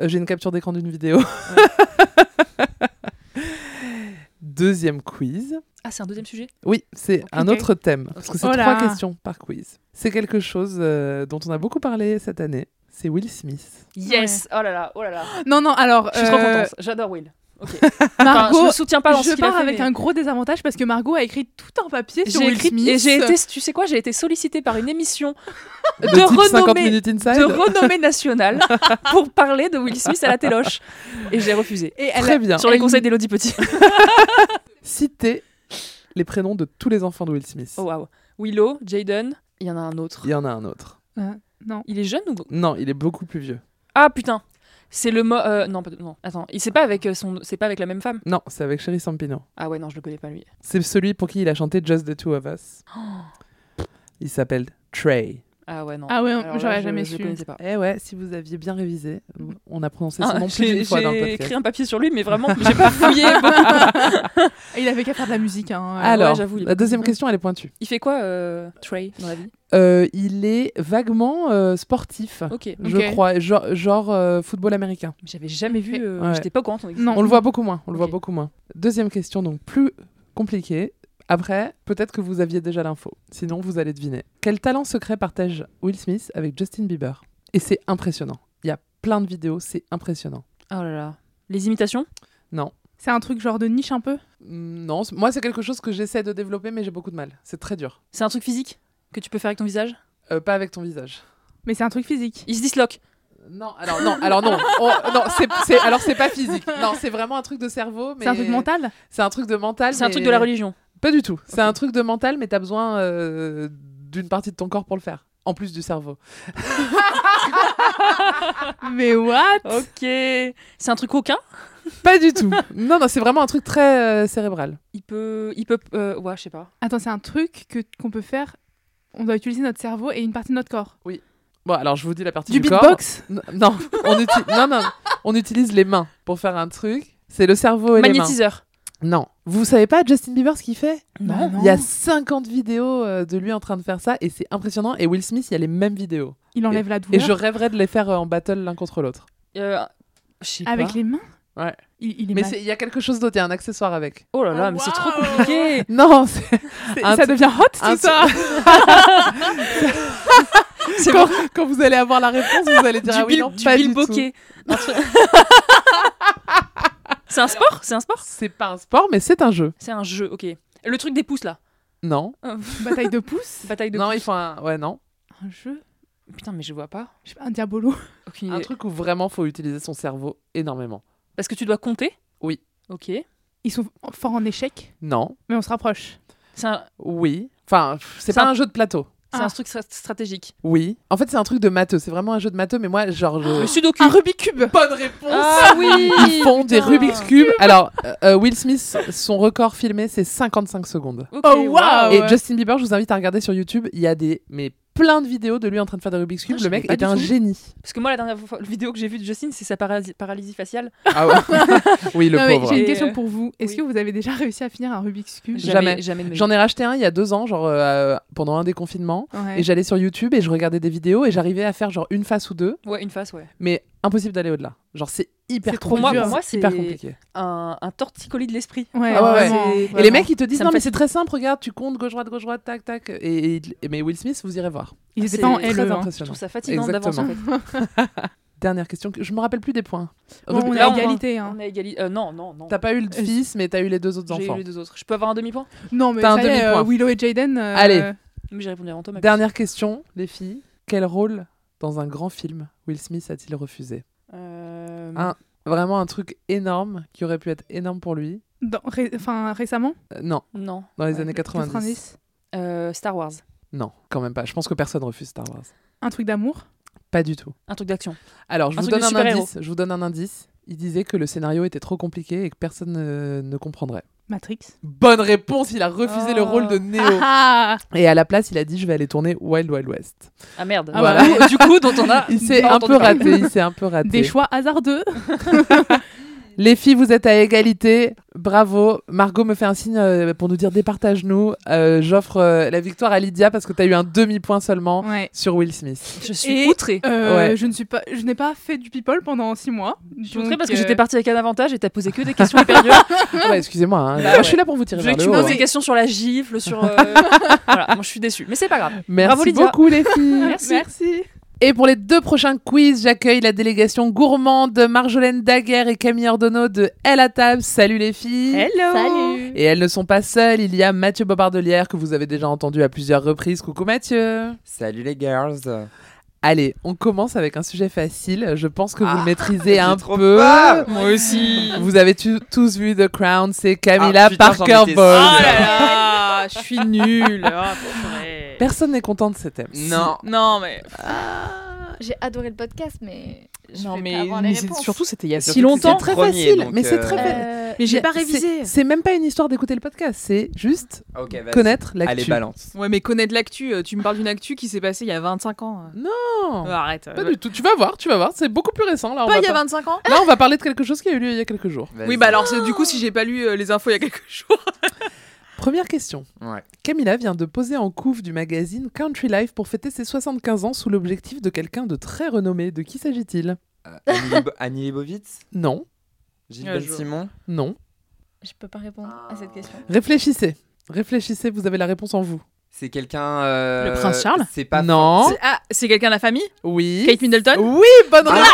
E: Euh, J'ai une capture d'écran d'une vidéo. [LAUGHS] Deuxième quiz.
H: Ah, c'est un deuxième sujet
E: Oui, c'est un
H: Ok.
E: autre thème, parce que c'est
H: Oh là.
E: trois questions par quiz. C'est quelque chose euh, dont on a beaucoup parlé cette année, c'est Will Smith.
H: Yes Oh là là, oh là là
J: Non, non, alors.
H: Je suis trop
J: euh,
H: contente, j'adore Will.
E: [LAUGHS]
H: Ok. Enfin,
J: Margot,
H: je le soutiens pas dans
J: je
H: ce qu'il a
J: pars
H: fait,
J: avec
H: mais-
J: un gros désavantage parce que Margot a écrit tout un papier sur
H: J'ai
J: Will
H: écrit-
J: Smith.
H: Et j'ai
J: [LAUGHS]
H: été, tu sais quoi, j'ai été sollicitée par une émission de,
J: De type 50
H: renommée,
J: minutes inside.
H: de renommée [LAUGHS] nationale pour parler de Will Smith à la téloche. Et j'ai refusé.
J: Et
E: elle- Très bien.
H: Sur les
E: Elle-
H: conseils d'Elodie Petit.
E: Citer les prénoms de tous les enfants de Will Smith.
H: [LAUGHS] oh waouh. Willow, Jaden, il y en a un autre.
E: Il y en a un autre.
H: non. Il est jeune ou gros
E: Non, il est beaucoup plus vieux.
H: Ah putain. C'est le mo euh, non, pas- non, attends, il c'est pas avec euh, son c'est pas avec la même femme.
E: Non, c'est avec Sherry Sampino.
H: Ah ouais, non, je le connais pas lui.
E: C'est celui pour qui il a chanté Just the Two of [GASPS] Us.
H: Oh.
E: Il s'appelle Trey.
H: Ah ouais non.
J: Ah ouais,
H: Alors là,
J: j'aurais
H: je-
J: jamais
H: je
J: su.
H: le connaissais pas.
E: Eh ouais, si vous aviez bien révisé, on a prononcé
H: Ah,
E: son
H: [LAUGHS]
E: nom plus
H: j'ai-
E: d'une fois dans le
H: J'ai
E: podcast.
H: écrit un papier sur lui, mais vraiment, [LAUGHS] j'ai pas fouillé. beaucoup.
J: Il avait qu'à faire de la musique. Hein.
E: Alors,
H: Ouais, j'avoue, il est
E: la deuxième question, elle est pointue.
H: il fait quoi, euh, Trey, dans la vie
E: Euh, il est vaguement euh, sportif,
H: Ok.
E: je
H: Ok.
E: crois, genre, genre, euh, football américain.
H: J'avais jamais vu. euh,
E: Ouais.
H: J'étais pas au courant. de son existence.
E: On le voit beaucoup moins. On le voit beaucoup moins. Deuxième question, donc plus compliquée. Après, peut-être que vous aviez déjà l'info. Sinon, vous allez deviner. Quel talent secret partage Will Smith avec Justin Bieber Et c'est impressionnant. Il y a plein de vidéos, c'est impressionnant.
H: Oh là là. Les imitations
E: Non.
J: C'est un truc genre de niche un peu
E: Mm, Non, c- moi c'est quelque chose que j'essaie de développer, mais j'ai beaucoup de mal. C'est très dur.
H: C'est un truc physique que tu peux faire avec ton visage
E: Euh, Pas avec ton visage.
J: Mais c'est un truc physique.
H: Il se disloque.
E: Non, alors non, [LAUGHS] alors non, On- non, c'est- c'est- alors c'est pas physique. Non, c'est vraiment un truc de cerveau. Mais...
J: C'est un truc mental
E: C'est un truc de mental.
H: Ah, C'est un truc
E: mais-
H: de la religion.
E: Pas du tout. C'est un truc de mental, mais t'as besoin euh, d'une partie de ton corps pour le faire, en plus du cerveau.
J: mais what
H: Ok. C'est un truc aucun
E: Pas du [LAUGHS] tout. Non, non, c'est vraiment un truc très euh, cérébral.
H: Il peut. Il peut euh, ouais, je sais pas.
J: Attends, c'est un truc que qu'on peut faire. On doit utiliser notre cerveau et une partie de notre corps.
E: Oui. Bon, alors je vous dis la partie
J: Du
E: du,
J: beatbox
E: corps. N- Non, on uti- non, non, on utilise les mains pour faire un truc. C'est le cerveau et les mains.
H: Magnétiseur.
E: Non. Vous savez pas Justin Bieber ce qu'il fait
H: Non.
E: Il y a 50 vidéos euh, de lui en train de faire ça et c'est impressionnant. Et Will Smith, il y a les mêmes vidéos.
J: Il enlève
E: Et-
J: la douleur.
E: Et je rêverais de les faire euh, en battle l'un contre l'autre.
H: Euh, je sais
J: Avec
H: pas.
J: les mains
E: Ouais.
J: Il, il est
E: mais
J: mal-
E: c'est- il y a quelque chose d'autre, il y a un accessoire avec. Ah,
H: Oh là là, mais c'est trop compliqué.
J: [LAUGHS]
E: Non, [LAUGHS] c'est- un
J: ça
E: truc-
J: devient hot
E: un
J: tout ça.
H: C'est
E: quand,
H: bon.
E: quand vous allez avoir la réponse, vous allez dire
H: Du
E: ah oui,
H: Bill-
E: non,
H: du
E: pas
H: Bill
E: du tout.
H: Bokeh. Un [LAUGHS] truc- C'est un sport C'est un sport
E: C'est pas un sport, mais c'est un jeu.
H: C'est un jeu, ok. Le truc des pouces là. [LAUGHS]
E: Non.
J: Bataille de pouces
H: Bataille de
E: non,
H: pouces.
E: il faut un. Ouais, non.
J: Un jeu
H: Putain, mais je vois pas.
J: Je sais pas, un diabolo. [LAUGHS]
H: Aucune
E: Un
H: idée.
E: truc où vraiment faut utiliser son cerveau énormément.
H: Parce que tu dois compter
E: Oui.
H: Ok.
J: Ils sont forts en échec,
E: Non.
J: mais on se rapproche.
H: C'est un,
E: Oui. Enfin, pff, c'est
H: C'est
E: pas
H: un-
E: un jeu de plateau.
H: c'est
J: Ah.
H: un truc stra- stratégique.
E: Oui. En fait, c'est un truc de matheux. C'est vraiment un jeu de matheux, mais moi, genre. je-
H: Le sudoku.
J: Un Rubik's Cube
E: Bonne réponse
H: Ah oui
E: Ils font des
H: putain.
E: Rubik's Cube. Alors, euh, euh, Will Smith, son record filmé, c'est 55 secondes.
H: Ok,
J: Oh, waouh. Ah
E: Et
J: ouais.
E: Justin Bieber, je vous invite à regarder sur YouTube, il y a des mais plein de vidéos de lui en train de faire des Rubik's Cube.
H: Ah, je
E: le mec
H: savais
E: est
H: pas
E: un
H: du tout.
E: génie.
H: Parce que moi, la dernière fois, la vidéo que j'ai vue de Justine, c'est sa parasi- paralysie faciale.
E: Ah ouais. [LAUGHS] oui, le
J: Non, mais
E: pauvre.
J: J'ai une
H: Et,
J: question
H: euh,
J: pour vous. Est-ce
H: oui.
J: que vous avez déjà réussi à finir un Rubik's Cube
E: Jamais.
H: Jamais de ma vie.
E: J'en ai racheté un il y a deux ans, genre euh, pendant un des confinements.
J: Ouais.
E: Et j'allais sur YouTube et je regardais des vidéos et j'arrivais à faire genre une face ou deux,
H: Ouais, une face, ouais.
E: mais impossible d'aller au-delà. Genre c'est hyper
J: C'est trop
H: Pour moi,
E: compliqué.
H: pour moi c'est
E: hyper compliqué.
H: Un, un torticolis de l'esprit.
J: Ouais,
E: Ah ouais, ouais.
J: vraiment,
H: Et
E: Et
J: vraiment.
E: les mecs ils te disent
H: Ça me
E: non mais
H: fascine.
E: c'est très simple, regarde, tu comptes gauche droite gauche droite tac tac. Et, et il- et- mais Will Smith, vous irez voir.
J: Ils
H: c'est
J: étaient pas en
H: très
J: LE.
E: Très
J: hein.
H: Je
E: impressionnant.
H: trouve ça fatigant d'avance en fait.
E: E, Exactement. Dernière question, que- je me rappelle plus des points.
J: Bon, on
E: Rubi-
J: est
H: Là,
J: à
H: on-
J: égalité. hein.
H: On a égalité. euh, non, non, non.
E: T'as pas eu le
J: Euh,
E: fils, mais t'as eu les deux autres
H: J'ai eu
E: enfants.
H: les deux autres. Je peux avoir un demi-point
J: Non, mais
E: T'as un
J: ça y est,
E: demi-point.
J: euh, Willow et Jaden. euh,
E: Allez.
H: Mais j'ai répondu avant Thomas.
E: Dernière question, les filles. Quel rôle dans un grand film Will Smith a-t-il refusé
H: Euh,
E: Un- Vraiment un truc énorme qui aurait pu être énorme pour lui.
J: dans- ré- Enfin, récemment
E: Euh, non,
H: Non.
E: dans les
J: Ouais,
E: années 90.
J: 90.
H: Euh, Star Wars.
E: Non, quand même pas. Je pense que personne refuse Star Wars.
J: Un truc d'amour
E: Pas du tout.
H: Un truc d'action.
E: Alors, je
H: Un
E: vous
H: truc
E: donne
H: de
E: un
H: super-héros.
E: indice. Je vous donne un indice. Il disait que le scénario était trop compliqué et que personne euh, ne comprendrait.
J: Matrix.
E: Bonne réponse, il a refusé le
H: Oh.
E: rôle
I: [LAUGHS]
E: de Neo.
J: Ah,
E: Et à la place, il a dit je vais aller tourner Wild Wild West.
H: Ah merde.
J: Ah
E: Voilà.
H: [LAUGHS] Du coup, dont on a.
E: Il s'est
H: pas
E: un
H: entendu
E: peu
H: parler.
E: raté, il s'est un peu raté.
J: Des choix hasardeux.
E: Les filles, vous êtes à égalité. Bravo. Margot me fait un signe euh, pour nous dire départage-nous. Euh, J'offre euh, la victoire à Lydia parce que tu as eu un demi-point seulement
J: Ouais.
E: sur
H: [LAUGHS]
E: Will Smith.
H: Je
J: Et,
H: suis outrée.
J: euh,
H: Ouais.
J: Je ne suis pas, je n'ai pas fait du people pendant six mois.
H: Je suis outrée
J: donc,
H: parce que
J: euh,
H: j'étais partie avec un avantage et t'as posé que des questions hyper
J: [LAUGHS]
H: dures.
E: Ah bah, Excusez-moi, hein.
H: Bah
E: Moi,
H: ouais.
E: je suis là pour vous tirer
H: Je veux
E: vers
H: que
E: le
H: tu me
E: haut. hein.
H: poses des questions sur la gifle, sur.
J: [LAUGHS]
H: euh, voilà, moi je suis déçue. Mais c'est pas grave.
E: Merci
H: Bravo, Lydia.
L: [LAUGHS]
E: beaucoup, les filles.
H: Merci.
E: Et pour les deux prochains quiz, j'accueille la délégation gourmande de Marjolaine Daguerre et Camille Ordonneau de Elle à table. Salut les filles.
J: Hello. Salut.
E: Et elles ne sont pas seules, il y a Mathieu Bobardelière que vous avez déjà entendu à plusieurs reprises. Coucou Mathieu.
L: Salut les girls.
E: Allez, on commence avec un sujet facile. Je pense que vous le maîtrisez
L: Ah, [LAUGHS] j'ai
E: un
L: trop
E: peu.
L: peur. Moi aussi.
E: Vous avez tu- tous vu The Crown, c'est Camilla
L: Ah, putain, j'en
E: Parker
L: étais
E: Bowles.
L: sûre. Oh là
J: Ah, je suis nulle.
H: [LAUGHS]
J: Ah, purée.
E: Personne n'est content de ce thème.
L: Non.
J: Non, mais.
M: J'ai adoré le podcast, mais. Je
H: Non,
M: vais
H: mais-
M: pas avoir
H: mais
M: les
H: c'est-
M: réponses.
H: surtout, c'était il y a
E: si longtemps.
H: C'était le premier, donc,
E: mais c'est
H: euh,
E: très facile.
M: Euh,
H: mais j'ai
E: C'est-
H: pas
E: c'est-
H: révisé.
E: C'est même pas une histoire d'écouter le podcast, c'est juste
L: Ok, vas-y.
E: connaître l'actu.
L: Allez,
H: Ah,
L: balance.
J: Ouais, mais connaître l'actu, euh, tu me parles d'une actu qui s'est passée il y a 25 ans. hein.
E: Non
H: bah,
J: Arrête. euh,
E: Pas du tout. Tu vas voir, tu vas voir. C'est beaucoup plus récent. Là, on
J: Pas
E: va
J: il y a 25 ans
E: Là, on va parler de quelque chose qui a eu lieu il y a quelques jours.
J: Oui, bah alors, c'est- du coup, si j'ai pas lu euh, les infos il y a quelques
H: [LAUGHS]
J: jours.
E: Première question. Camilla vient de poser en couve du magazine Country Life pour fêter ses 75 ans sous l'objectif de quelqu'un de très renommé. De qui s'agit-il
L: Annie [LAUGHS] Leib- Annie Leibovitz
E: Non.
L: Gilles Ben Simon
E: Non.
M: Je peux pas répondre à cette question.
E: Réfléchissez. Réfléchissez, vous avez la réponse en vous.
L: C'est quelqu'un. euh,
E: Le prince Charles
L: C'est pas.
E: Non.
H: Hein
L: C'est-
J: Ah, c'est quelqu'un de la famille
E: Oui.
J: Kate Middleton
H: Oh.
E: Oui, bonne
L: Ah,
E: réponse.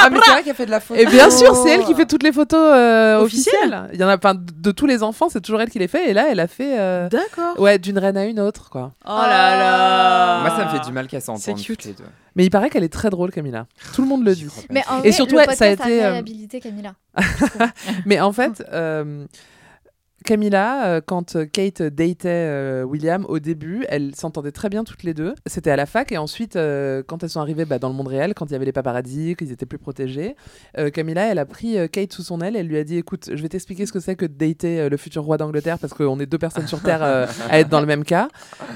L: ah, mais c'est vrai qu'elle fait de la photo.
E: Et bien sûr, c'est elle qui fait toutes les photos euh,
L: Officielles
E: officielles. Il y en a enfin, de de tous les enfants, c'est toujours elle qui les fait. Et là, elle a fait. euh,
J: D'accord.
E: Ouais, d'une reine à une autre, quoi.
J: Oh là là.
L: Moi, ça me fait du mal qu'elle s'entende.
J: C'est
L: cute. Les deux.
E: Mais il paraît qu'elle est très drôle, Camilla. Tout le monde le dit.
M: Mais en
E: et
M: vrai,
E: surtout,
M: le
E: ouais,
M: podcast
E: ça a été. euh,
M: réhabilité Camilla.
E: [LAUGHS]
M: Mm.
E: Mais en fait, euh, Camilla, euh, quand euh, Kate datait euh, William au début, elles s'entendaient très bien toutes les deux. C'était à la fac et ensuite, euh, quand elles sont arrivées bah, dans le monde réel, quand il y avait les paparazzis, qu'ils étaient plus protégés, euh, Camilla, elle a pris euh, Kate sous son aile. Elle lui a dit "Écoute, je vais t'expliquer ce que c'est que de dater euh, le futur roi d'Angleterre parce qu'on est deux personnes sur terre euh, à être dans le même cas."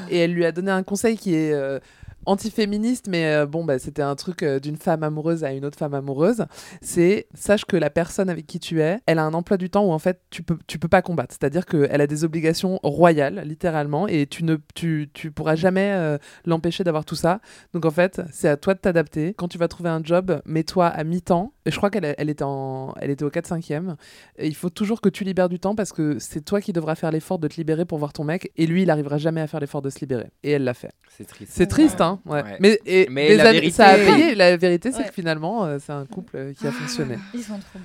E: Et elle lui a donné un conseil qui est euh, antiféministe, mais euh, bon, bah, c'était un truc euh, d'une femme amoureuse à une autre femme amoureuse. C'est sache que la personne avec qui tu es, elle a un emploi du temps où en fait tu peux, tu peux pas combattre. C'est-à-dire qu'elle a des obligations royales, littéralement, et tu ne tu, tu pourras jamais euh, l'empêcher d'avoir tout ça. Donc en fait, c'est à toi de t'adapter. Quand tu vas trouver un job, mets-toi à mi-temps. Et Je crois qu'elle a- elle était, en, elle était au 4-5e. Et il faut toujours que tu libères du temps parce que c'est toi qui devras faire l'effort de te libérer pour voir ton mec. Et lui, il arrivera jamais à faire l'effort de se libérer. Et elle l'a fait.
L: C'est triste.
E: C'est triste,
L: Ouais.
E: hein. ouais.
L: Ouais.
E: Mais, et
L: Mais
E: les
L: la
E: années- ça a
L: vérité-
E: payé. La vérité, c'est
L: Ouais.
E: que finalement, euh, c'est un couple euh, qui a fonctionné.
M: Ils sont trop beaux.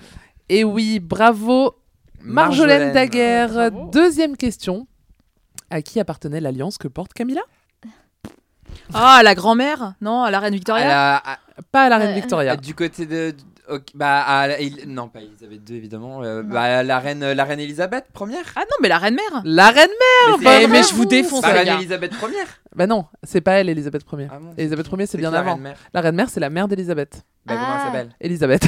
E: Et oui, bravo Marjolaine
L: Marjolaine.
E: Daguerre. Deuxième question. À qui appartenait l'alliance que porte Camilla
J: Ah, à la grand-mère Non, à la reine Victoria
E: Pas à la reine Victoria.
L: Du côté de. ok, bah, à la- il- non, pas Elisabeth II, évidemment. euh, bah, la reine, la reine Elisabeth, première.
J: Ah non, mais la reine mère.
E: La reine mère
L: Mais,
J: Eh,
E: bonne
L: c'est-
E: réponse.
L: La reine Bah, Elisabeth
E: [LAUGHS]
L: première.
E: Bah non, c'est pas elle, Elisabeth Ier.
L: bon,
E: Elisabeth Ier, c'est
L: C'est
E: bien
L: qui la
E: avant.
L: reine mère
E: la reine mère, c'est la mère d'Elisabeth.
L: Bah, comment elle Ah. s'appelle
E: Elisabeth.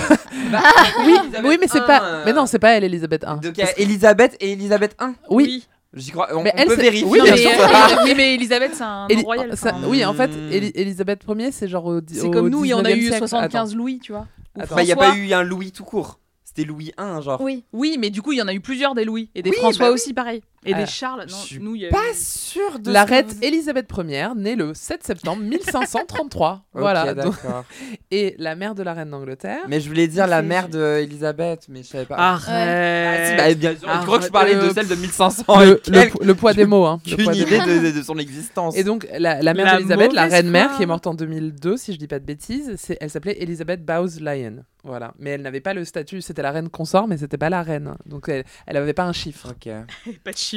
L: Bah,
E: oui,
L: Elisabeth
E: [LAUGHS] oui, mais c'est
L: I,
E: pas.
L: euh.
E: Mais non, c'est pas elle, Elisabeth 1.
L: Donc, il y a Elisabeth et Elisabeth I.
E: Oui.
L: J'y crois. On,
E: Mais
L: on
E: elle,
L: peut
E: c'est-
L: vérifier. hein,
E: oui, bien sûr. [LAUGHS]
J: Oui, mais Elisabeth, c'est un nom
E: Eli-
J: royal.
E: ça-
J: enfin.
E: oui, en fait,
L: Hmm.
E: Eli- Elisabeth Ier, c'est genre au di-
J: C'est
E: au
J: comme nous, il y en a
E: 19e
J: eu
E: siècle.
J: 75
E: Attends.
J: Louis, tu vois. Ou
L: Bah, il n'y a
J: François.
L: pas eu un Louis tout court. C'était Louis I, genre.
J: Oui. Oui, mais du coup, il y en a eu plusieurs des Louis et des
L: Oui,
J: François
L: bah oui.
J: aussi, pareil. Et
L: Ah.
J: des Charles. Non,
L: Je suis
J: nous, il y a eu- Ah,
L: pas sûre de
E: La
L: ce que
E: reine
L: vous-
E: Elisabeth Ier, née le 7
J: [LAUGHS]
E: septembre 1533.
L: Ok,
E: voilà. donc-
L: d'accord.
E: Et la mère de la reine d'Angleterre.
L: Mais je voulais
E: [LAUGHS]
L: dire la mère
E: de
L: d'Elisabeth, mais je savais pas.
J: bah,
E: Arrête.
L: Ah, si, bah, bien sûr, tu crois que je parlais de
E: Arrête.
L: celle de 1500
N: Oh,
E: Le-
L: et quelques.
E: le- le poids des mots, hein, le
L: J'ai
E: poids
L: une
E: des
L: idée
E: mots.
L: de, de son existence.
E: Et donc, la, la mère d'Elisabeth, la
L: mauvaise
E: reine-mère,
L: foi.
E: qui est morte en 2002, si je dis pas de bêtises, c'est- elle s'appelait Elisabeth Bowes Lyon. Voilà. Mais elle n'avait pas le statut, c'était la reine consort, mais c'était pas la reine. Donc, elle n'avait pas un chiffre.
J: Pas de chiffre.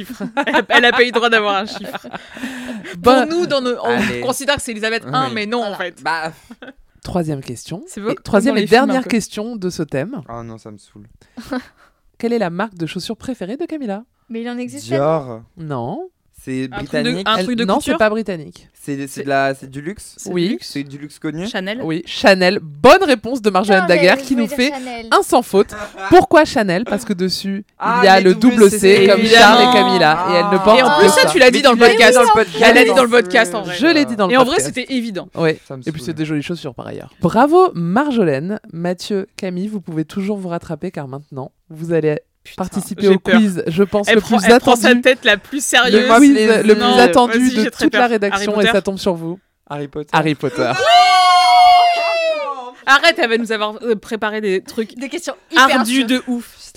J: Elle a- [LAUGHS] Elle a pas eu le droit d'avoir un chiffre.
E: Bon.
J: Pour nous, dans nos-
E: Allez.
J: on [LAUGHS] considère que c'est Elisabeth I,
E: Ah, Oui.
J: mais non, en fait.
L: Bah.
E: Troisième question.
J: C'est beau
E: Et
J: comme
E: troisième
J: dans
E: et
J: les films, un
E: dernière
J: peu.
E: question de ce thème.
L: Ah non, ça me saoule.
E: Quelle est la marque de chaussures préférée de Camilla
M: Mais il en existe.
E: Non.
L: C'est
H: Un truc de-
L: britannique.
H: un truc de
E: Non,
H: couture
E: c'est pas britannique.
L: C'est c'est de la- c'est du luxe
E: C'est du Oui. luxe
L: C'est du luxe connu
H: Chanel
E: Oui, Chanel. Bonne réponse de Marjolaine
L: Putain,
E: Daguerre
L: j'allais- je
E: qui
L: voulais
E: nous
L: dire
E: fait
L: Chanel.
E: un sans faute. Pourquoi Chanel Parce que dessus,
L: Ah,
E: il y a
L: les
E: le
L: doubles
E: double
L: C,
E: C, comme Charles
L: évidemment.
E: et Camilla. Et elle ne porte
H: Ah. Et en
E: que
H: plus, ça, tu l'as dit dans le podcast. Elle l'a dit dans le
E: Oui.
H: podcast, en vrai.
E: Je l'ai dit dans le
H: Et
E: podcast.
H: en vrai, c'était évident.
E: Oui.
H: Ah. Ça me
E: Et puis, c'est des jolies chaussures par ailleurs. Bravo Marjolaine, Mathieu, Camille, vous pouvez toujours vous rattraper car maintenant, vous allez participer
H: j'ai
E: au
H: peur.
E: quiz, je pense,
H: Elle
E: le
H: prend-
E: plus
H: elle
E: attendu.
H: prend sa tête la plus sérieuse.
E: Le quiz
H: Laisse-les.
E: le plus
H: Non,
E: attendu
H: vas-y,
E: de
H: j'ai très
E: toute la
H: peur.
E: rédaction
H: Harry
E: et ça
H: Potter.
E: tombe sur vous.
L: Harry Potter.
E: Harry Potter.
H: [LAUGHS] Arrête, elle va nous avoir euh, préparé des trucs.
M: Des questions
E: hyper
H: ardues
E: sûres.
H: de ouf.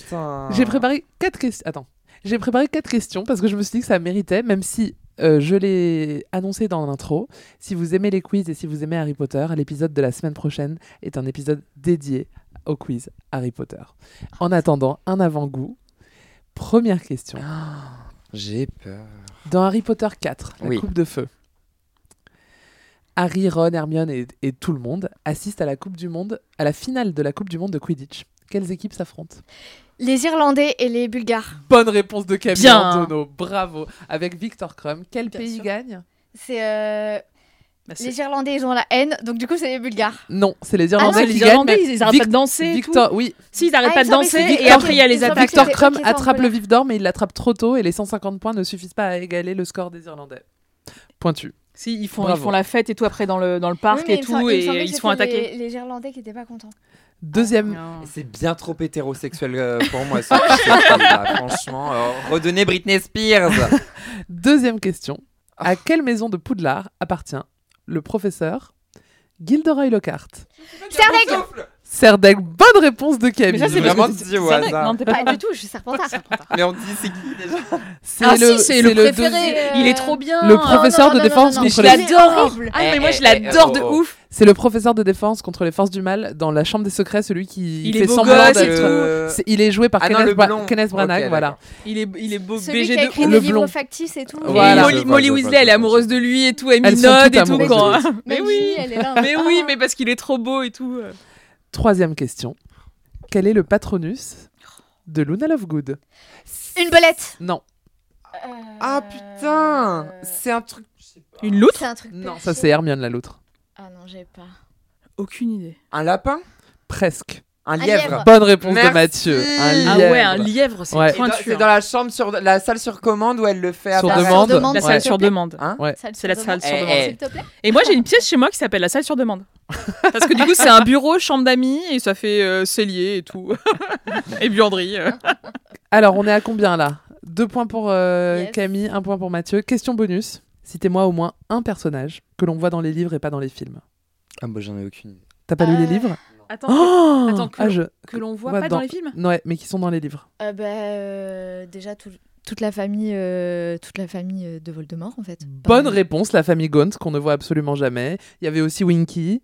E: J'ai préparé quatre questions. Attends, j'ai préparé quatre questions parce que je me suis dit que ça méritait, même si euh, je l'ai annoncé dans l'intro. Si vous aimez les quiz et si vous aimez Harry Potter, l'épisode de la semaine prochaine est un épisode dédié au quiz Harry Potter. En attendant, un avant-goût. Première question.
L: J'ai peur.
E: Dans Harry Potter 4, la
L: Oui.
E: coupe de feu, Harry, Ron, Hermione et, et tout le monde assistent à la Coupe du Monde, à la finale de la Coupe du Monde de Quidditch. Quelles équipes s'affrontent
M: Les Irlandais et les Bulgares.
E: Bonne réponse de Camille
M: Bien.
E: Antonio, bravo. Avec Victor Crumb, quel pays gagne
M: C'est. euh,
E: c'est-
M: les Irlandais, ils ont la haine, donc du coup, c'est les Bulgares.
E: Non, c'est les
M: Ah non,
E: Irlandais
M: c'est
E: qui
M: les
E: gagnent,
M: Irlandais,
E: mais
M: ils arrêtent
E: Vic-
M: pas de danser et
E: Victor,
M: tout.
E: oui.
M: Si, ils arrêtent Ah, pas de il me semblait danser, que et c'était- après, il y a les il me semblait attaques. que
E: Victor
M: c'était-
E: Crumb
M: ok, ça, on
E: attrape
M: peut
E: le
M: le-
E: vif d'or, mais il l'attrape trop tôt et les 150 points ne suffisent pas à égaler le score des Irlandais. Pointu.
H: Si, ils font, ils
E: Bravo.
H: font la fête et tout après dans le, dans le parc
M: Oui, mais
H: et
M: il me sem- il
H: tout,
M: me
H: et
M: semblait que
H: ils se
M: c'était
H: font attaquer.
M: Les, les Irlandais qui étaient pas contents.
E: Deuxième.
H: Ah.
L: C'est bien trop hétérosexuel euh, pour moi. ce truc-là,
H: [LAUGHS]
L: Franchement, euh, redonnez Britney Spears.
M: Ah.
E: Deuxième question. À quelle maison de Poudlard appartient le professeur Gilderoy Lockhart
M: Serdaigle
E: Serdeg, bonne réponse de Camille.
L: ça, c'est Vraiment parce que dit au c'est- c'est hasard. dingue. Non, t'es
H: Ah,
M: Pas du tout, je suis Serpentard.
L: Mais on dit c'est qui déjà
E: C'est
H: Ah si, c'est le préféré.
E: deuxième-
H: Il est trop bien.
E: Le professeur
H: Non, non,
E: de
H: non,
E: défense
H: non, non,
E: contre
H: non,
E: les
H: je l'adore. Ah non, mais moi, je l'adore de ouf.
E: C'est le professeur de défense contre les forces du mal dans la chambre des secrets, celui qui
H: Il est
E: fait
H: beau
E: semblant
H: gosse et
E: d'être-
H: tout.
E: Euh, c'est- Il est joué par
H: Ah non,
E: Kenneth,
H: le
E: Bra-
H: blond.
E: Kenneth Branagh,
H: Ok,
E: voilà.
H: Il est, il est beau
M: Celui
H: BG
M: qui a écrit
H: de
M: les livres factices et tout.
E: Voilà.
H: Molly,
E: Je vois,
H: Molly
E: je vois,
H: Weasley, elle est amoureuse de lui et tout, elle
E: Elles sont
H: minode
E: toutes
H: et tout.
E: amoureuses
H: Quand...
E: de
H: [LAUGHS]
E: lui.
H: Mais
M: Même
H: oui,
M: lui, elle est là.
H: mais oui, mais parce qu'il est trop beau et tout. euh.
E: Troisième question. Quel est le patronus de Luna Lovegood
M: Une belette
E: Non.
L: Ah putain, c'est un truc.
H: Une loutre
M: C'est un truc.
L: Non,
E: Ça, c'est Hermione, la loutre.
M: Ah non, j'ai pas.
H: Aucune idée.
L: Un lapin
E: Presque.
L: Un
M: lièvre.
H: Ah.
L: lièvre.
E: Bonne réponse
L: Merci.
E: de Mathieu. Un
L: Ah
E: lièvre.
L: ouais, un
H: lièvre, c'est
E: Ouais.
H: pointu,
L: Et dans- C'est
H: hein.
L: dans la chambre sur la salle sur commande où elle le fait
E: Sur
L: apparaître.
E: demande.
H: La salle sur Bah, demande.
L: Hein
E: Ouais.
M: Salle
H: C'est
M: sur
H: la salle
M: demande.
H: sur
L: Eh,
H: demande.
L: eh.
M: S'il te plaît.
H: Et moi, j'ai une pièce chez moi qui s'appelle la salle sur demande. Parce que du coup, c'est un bureau, chambre d'amis, et ça fait euh, cellier et tout. [LAUGHS] et buanderie. euh.
E: Alors, on est à combien là Deux points pour euh,
H: Yes.
E: Camille, un point pour Mathieu. Question bonus. Citez-moi au moins un personnage que l'on voit dans les livres et pas dans les films.
L: Ah bah j'en ai aucune. idée.
E: T'as pas lu les livres
H: Attends,
E: Oh
H: que- Euh. attends, que
E: Ah,
H: l'on-
E: je-
H: que l'on voit pas dans les films
E: Ouais, mais qui sont dans les livres.
M: Euh, bah, euh, déjà, tout- toute la famille, euh, toute la famille euh, de Voldemort, en fait.
E: Bonne réponse, la famille Gaunt, qu'on ne voit absolument jamais. Il y avait aussi Winky,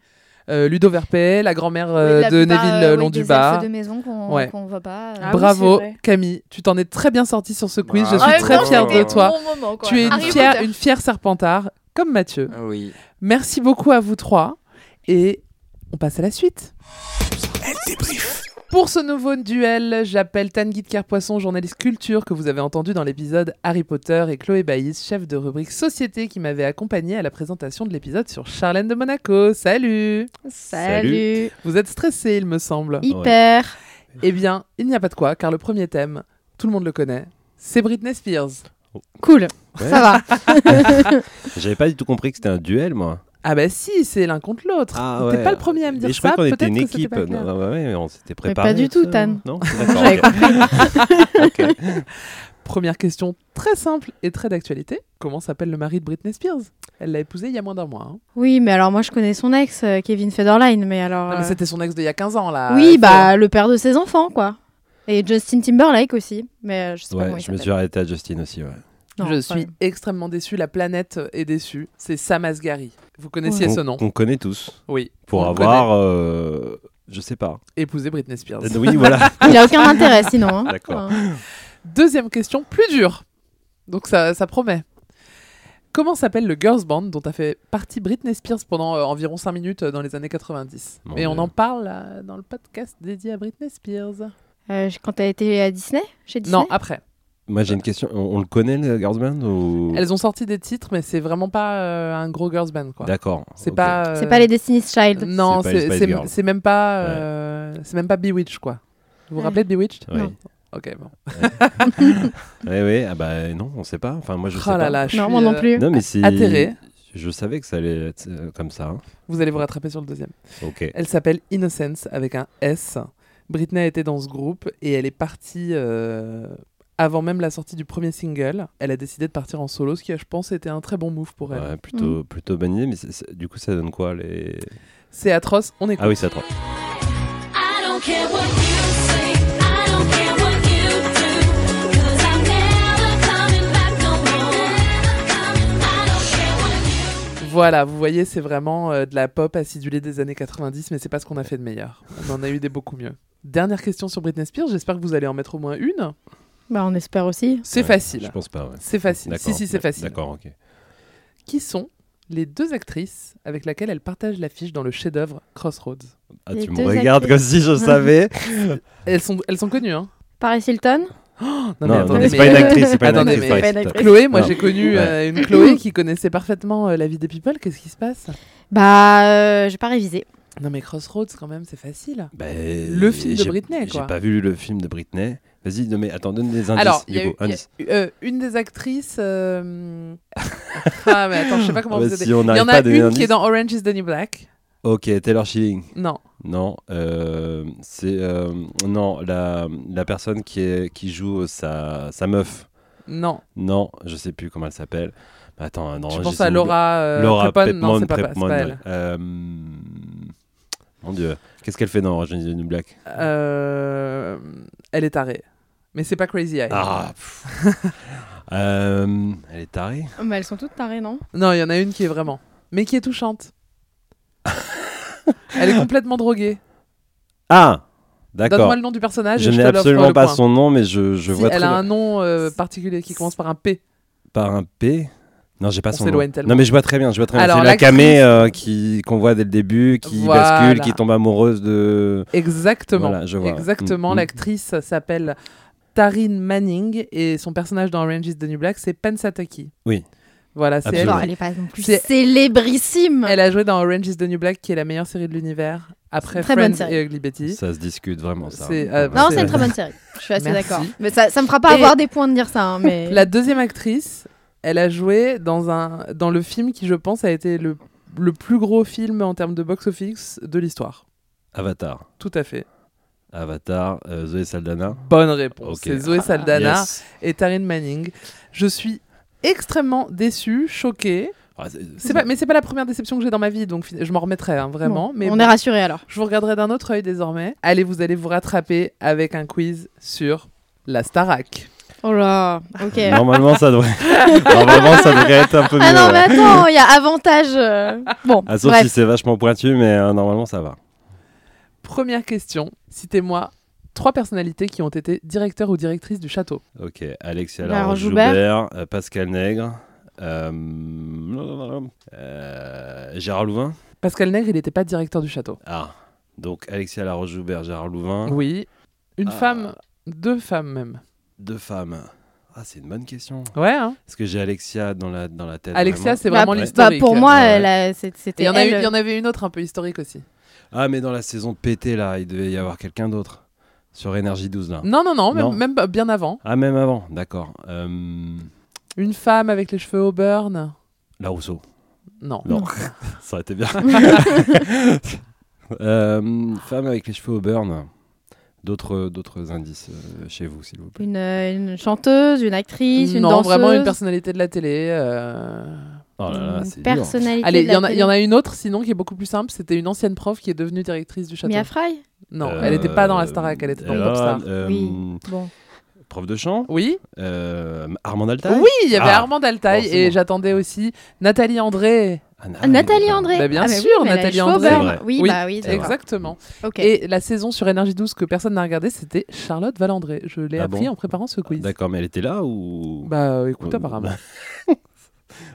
E: euh, Ludo Verpey, la grand-mère euh,
M: Oui, la
E: de
M: plupart,
E: Neville
M: euh,
E: euh,
M: oui,
E: Londubar.
M: des elfes de maison qu'on- qu'on voit pas, euh. Ah oui,
E: Bravo,
M: c'est vrai.
E: Camille, tu t'en es très bien sortie sur ce quiz.
L: Bravo.
E: Je
L: Bah, En
E: suis
L: même
E: très
L: temps,
E: fière
L: c'était
E: de
L: des
E: toi.
L: bons moments, quoi.
E: tu es une
L: Harry
E: fière,
L: Potter.
E: une fière serpentard, comme Mathieu.
L: Ah Oui.
E: Merci beaucoup à vous trois. Et on passe à la suite. Pour ce nouveau duel, j'appelle Tanguy de Kerpoisson, journaliste culture que vous avez entendu dans l'épisode Harry Potter, et Chloé Baïs, chef de rubrique Société, qui m'avait accompagnée à la présentation de l'épisode sur Charlène de Monaco. Salut
M: Salut.
E: Vous êtes stressé, il me semble.
M: Hyper.
E: Eh bien, il n'y a pas de quoi, car le premier thème, tout le monde le connaît, c'est Britney Spears.
M: Cool,
N: Ouais.
M: ça va.
N: J'avais pas du tout compris que c'était un duel, moi.
E: Ah bah si, c'est l'un contre l'autre.
N: Ah
E: T'es
N: ouais.
E: pas le premier à me dire
N: Mais je
E: ça.
N: croyais qu'on
E: peut-être
N: était une
E: que c'était
N: équipe.
E: pas clair.
N: Non, ouais, ouais, mais on s'était
E: Mais pas
N: préparé.
E: du
N: à
E: tout,
N: ça,
E: Tan.
N: Non,
E: [LAUGHS] J'avais
N: d'accord. ok.
E: compris.
N: Ok.
E: Première question très simple et très d'actualité. Comment s'appelle le mari de Britney Spears Elle l'a épousé il y a moins d'un mois. hein.
O: Oui, mais alors moi je connais son ex, euh, Kevin Federline, mais alors.
E: Non, mais
O: euh,
E: c'était son ex d'il y a 15 ans là. Euh,
O: oui,
E: Faut-
O: bah le père de ses enfants, quoi. Et Justin Timberlake aussi, mais euh, je sais pas
N: Ouais,
O: comment il
N: je me
O: s'appelle.
N: suis arrêté à Justin aussi, ouais.
O: Non,
E: je
O: pas
E: suis extrêmement déçue. La planète est déçue. C'est Sam Asghari. Vous connaissiez
N: Qu'on-
E: ce nom
N: Qu'on connaît tous.
E: Oui.
N: Pour
E: on le
N: avoir. euh, je sais pas.
E: Épouser Britney Spears.
N: Euh, oui, voilà.
O: Il a aucun intérêt, sinon, hein.
N: D'accord.
E: Deuxième question, plus dure. Donc ça, ça promet. Comment s'appelle le girls band dont a fait partie Britney Spears pendant euh, environ 5 minutes euh, dans les années 90
N: Mon
E: Et on
N: Dieu.
E: en parle euh, dans le podcast dédié à Britney Spears.
O: Euh, je- quand t'as été à Disney Chez Disney
E: Non, après.
N: Moi, j'ai une question. On, on le connaît, le Girls Band ou...
E: Elles ont sorti des titres, mais c'est vraiment pas euh, un gros girls band, quoi.
N: D'accord,
E: C'est pas. euh,
O: C'est pas les Destiny's Child.
E: Non,
N: C'est pas les
E: c'est
N: Spice
E: c'est-
N: Girls.
E: c'est même pas. euh, C'est même pas Bewitched, quoi. Vous vous
O: Ouais.
E: rappelez de Bewitched
N: Oui.
E: Non. Ok, bon.
N: Ouais, ouais, ah bah non, on sait pas. Enfin, moi, je
E: Oh
N: sais
E: là
N: pas.
E: là, je Non, suis, moi non euh, plus.
N: Non, mais c'est.
L: Ah,
E: atterrée.
N: Je savais que ça allait être euh, comme ça. hein.
E: Vous allez vous rattraper sur le deuxième.
N: Ok.
E: Elle s'appelle Innocence avec un S. Britney était dans ce groupe et elle est partie euh, avant même la sortie du premier single. Elle a décidé de partir en solo, ce qui, je pense, était un très bon move pour elle.
N: Ouais, plutôt,
E: Mm.
N: plutôt bonne idée, mais c'est- c'est- du coup, ça donne quoi les...
E: C'est atroce, on écoute.
N: Ah oui, c'est atroce.
K: I don't care what you say, I don't care what you do, cause I'm never coming back no more. I don't care what
E: Voilà, vous voyez, c'est vraiment euh, de la pop acidulée des années 90, mais c'est pas ce qu'on a fait de meilleur. On en a eu des beaucoup mieux. Dernière question sur Britney Spears, j'espère que vous allez en mettre au moins une.
O: Bah, on espère aussi.
E: C'est
N: Ouais,
E: facile.
N: Je pense pas. ouais.
E: C'est facile.
N: D'accord.
E: Si, si, c'est facile.
N: D'accord, ok.
E: Qui sont les deux actrices avec laquelle elle partage l'affiche dans le chef-d'œuvre Crossroads
N: Ah, Les tu me deux regardes actrices. comme si je
O: [LAUGHS]
N: savais.
E: elles, sont, elles sont connues, hein
O: Paris Hilton
N: Non, non, c'est pas une actrice, c'est pas une
E: euh, attendez,
N: actrice, c'est
E: mais-
N: pas une actrice.
E: Chloé, moi
N: Non.
E: j'ai connu
N: Ouais.
E: euh, une Chloé qui connaissait parfaitement euh, la vie des people. Qu'est-ce qui se passe
O: Bah, euh, j'ai pas révisé.
E: Non, mais Crossroads, quand même, c'est facile.
N: Ben,
E: Le film de
N: j'ai-
E: Britney, quoi.
N: J'ai pas vu le film de Britney. Vas-y, non, mais attends, donne des indices.
E: Alors, il y
N: du coup,
E: a eu- il y a
N: indices.
E: eu, euh, une des actrices.
N: [LAUGHS]
E: euh, ah, mais attends, je sais pas comment
N: Ah bah,
E: vous aider.
N: si on
E: il y
N: n'arrive
E: en
N: pas à
E: a
N: donner
E: une
N: un
E: qui est
N: indice.
E: dans Orange is the New Black.
N: Ok, Taylor Schilling.
E: Non.
N: Non, euh, c'est euh, non la, la personne qui est qui joue sa, sa meuf.
E: Non.
N: Non, je sais plus comment elle s'appelle. Bah, Attends, non.
E: Tu
N: j'ai
E: penses
N: son
E: à
N: oubli-
E: Laura, euh,
N: Laura
E: Prepon Non,
N: Prepon,
E: c'est pas- c'est pas
N: Prepon,
E: elle.
N: ouais. Euh, mon Dieu, qu'est-ce qu'elle fait dans Orange is the New Black
E: Euh, elle est tarée. Mais c'est pas Crazy Eye.
N: Ah. pff. Euh, elle est tarée.
O: Oh, Mais elles sont toutes tarées, non
E: Non, il y en a une qui est vraiment. Mais qui est touchante. elle est complètement droguée.
N: Ah, d'accord.
E: Donne-moi le nom du personnage
N: Je
E: et je
N: n'ai
E: te l'offre,
N: absolument
E: le
N: pas
E: point.
N: son nom, mais je, je
E: Si,
N: vois
E: elle
N: très
E: a
N: bien.
E: un nom euh, particulier qui commence par un P.
N: Par un P. Non, j'ai pas
E: On
N: son nom.
E: s'éloigne tellement.
N: Non, mais je vois très bien. Je vois très bien.
E: Alors,
N: C'est la
E: l'actrice-
N: camée euh, qui qu'on voit dès le début, qui
E: Voilà.
N: bascule, qui tombe amoureuse de.
E: Exactement.
N: Voilà, je vois.
E: Exactement.
N: Mm, mm.
E: L'actrice s'appelle Taryn Manning et son personnage dans Orange is the New Black, c'est Pensataki.
N: Oui.
E: Voilà, c'est elle.
N: Absolument.
E: qui-
N: Elle
O: est pas non plus
E: c'est-
O: Célébrissime
E: Elle a joué dans Orange is the New Black, qui est la meilleure série de l'univers, après
O: Très bonne
E: Friends
O: série.
E: et Ugly Betty.
N: Ça se discute vraiment ça. hein.
E: C'est, euh,
O: Non, c'est une
E: vrai.
O: très bonne série. Je suis assez
E: Merci.
O: d'accord. Mais ça, ça me fera pas
E: Et-
O: avoir des points de dire ça. hein, mais...
E: [LAUGHS] La deuxième actrice, elle a joué dans, un, dans le film qui, je pense, a été le, le plus gros film en termes de box-office de l'histoire.
N: Avatar.
E: Tout à fait.
N: Avatar. euh, Zoé Saldana.
E: Bonne réponse.
N: Ok.
E: C'est Zoé Saldana
N: Yes.
E: et Taryn Manning. Je suis extrêmement déçue, choquée.
N: Ah, c'est-
E: C'est pas, mais c'est pas la première déception que j'ai dans ma vie, donc fin- je m'en remettrai hein, vraiment.
O: Bon,
E: mais
O: on
E: bon,
O: est rassurés, alors.
E: Je vous regarderai d'un autre œil désormais. Allez, vous allez vous rattraper avec un quiz sur la Starac.
O: Oh là, ok.
N: Normalement, ça devrait.
O: [LAUGHS]
N: Normalement, ça devrait être un peu mieux.
O: Ah non, mais
N: ouais.
O: attends, il y a avantage. euh, Bon,
N: Ah, sauf
O: bref.
N: si c'est vachement pointu, mais euh, normalement, ça va.
E: Première question. Citez-moi trois personnalités qui ont été directeurs ou directrices du château.
N: mm, Ok, Alexia
O: Bah,
E: Laurent
N: Laurent
E: Joubert.
N: Joubert, euh, Pascal Nègre, euh, euh, Gérard Louvain.
E: Pascal Nègre, il n'était pas directeur du château.
N: Ah, donc Alexia Laroche Joubert, Gérard Louvain.
E: Oui. Une
N: Ah.
E: femme, deux femmes même.
N: Deux femmes. Ah, c'est une bonne question.
E: Ouais, hein.
N: Parce que j'ai Alexia dans la, dans la tête.
E: Alexia,
N: vraiment.
E: c'est vraiment
O: Bah,
E: l'historique.
O: bah, pour moi,
E: Ouais.
O: elle a- c'est- c'était
E: Et Il y, en a
O: elle. euh,
E: une- il y en avait une autre un peu historique aussi.
N: Ah, mais dans la saison pétée, là, il devait y avoir quelqu'un d'autre. Sur Énergie 12, là.
E: Non, non, non, même, même pas- bien avant.
N: Ah, même avant, d'accord. Euh,
E: Une femme avec les cheveux au burn.
N: La Rousseau.
E: Non.
N: Non,
E: Non.
N: ça aurait été bien. Euh, femme avec les cheveux au burn. D'autres d'autres indices euh, chez vous, s'il vous plaît.
O: Une, euh, une chanteuse, une actrice, une
E: non,
O: danseuse.
E: vraiment une personnalité de la télé. euh,
N: Oh là là,
O: Une
N: c'est dur.
O: personnalité
E: Allez,
O: de
E: il y,
O: la
E: en a- il
O: télé.
E: y en a une autre sinon qui est beaucoup plus simple. C'était une ancienne prof qui est devenue directrice du château.
O: Mia Fry
E: Non,
N: Euh,
E: elle n'était pas dans la Starac, elle était dans
N: alors,
E: Popstar.
N: euh,
O: Bon.
N: Prof de chant Euh,
E: Oui.
N: Armand Altaï
E: Oui, il y avait
N: Ah.
E: Armand Altaï
N: Bon, c'est
E: et
N: bon.
E: j'attendais aussi Nathalie André.
O: Ah, Nathalie André.
E: Bah, bien
O: Ah, bah oui,
E: sûr,
O: mais elle a
E: Nathalie
O: les cheveux au
E: André.
O: beurre. Oui, bah oui, d'accord.
E: exactement.
O: Ok.
E: Et la saison sur Énergie 12 que personne n'a regardé, c'était Charlotte Valandré. Je l'ai
N: Ah bon
E: appris en préparant ce quiz.
N: D'accord, mais elle était là ou
E: Bah euh,
N: [LAUGHS]
E: écoute, apparemment.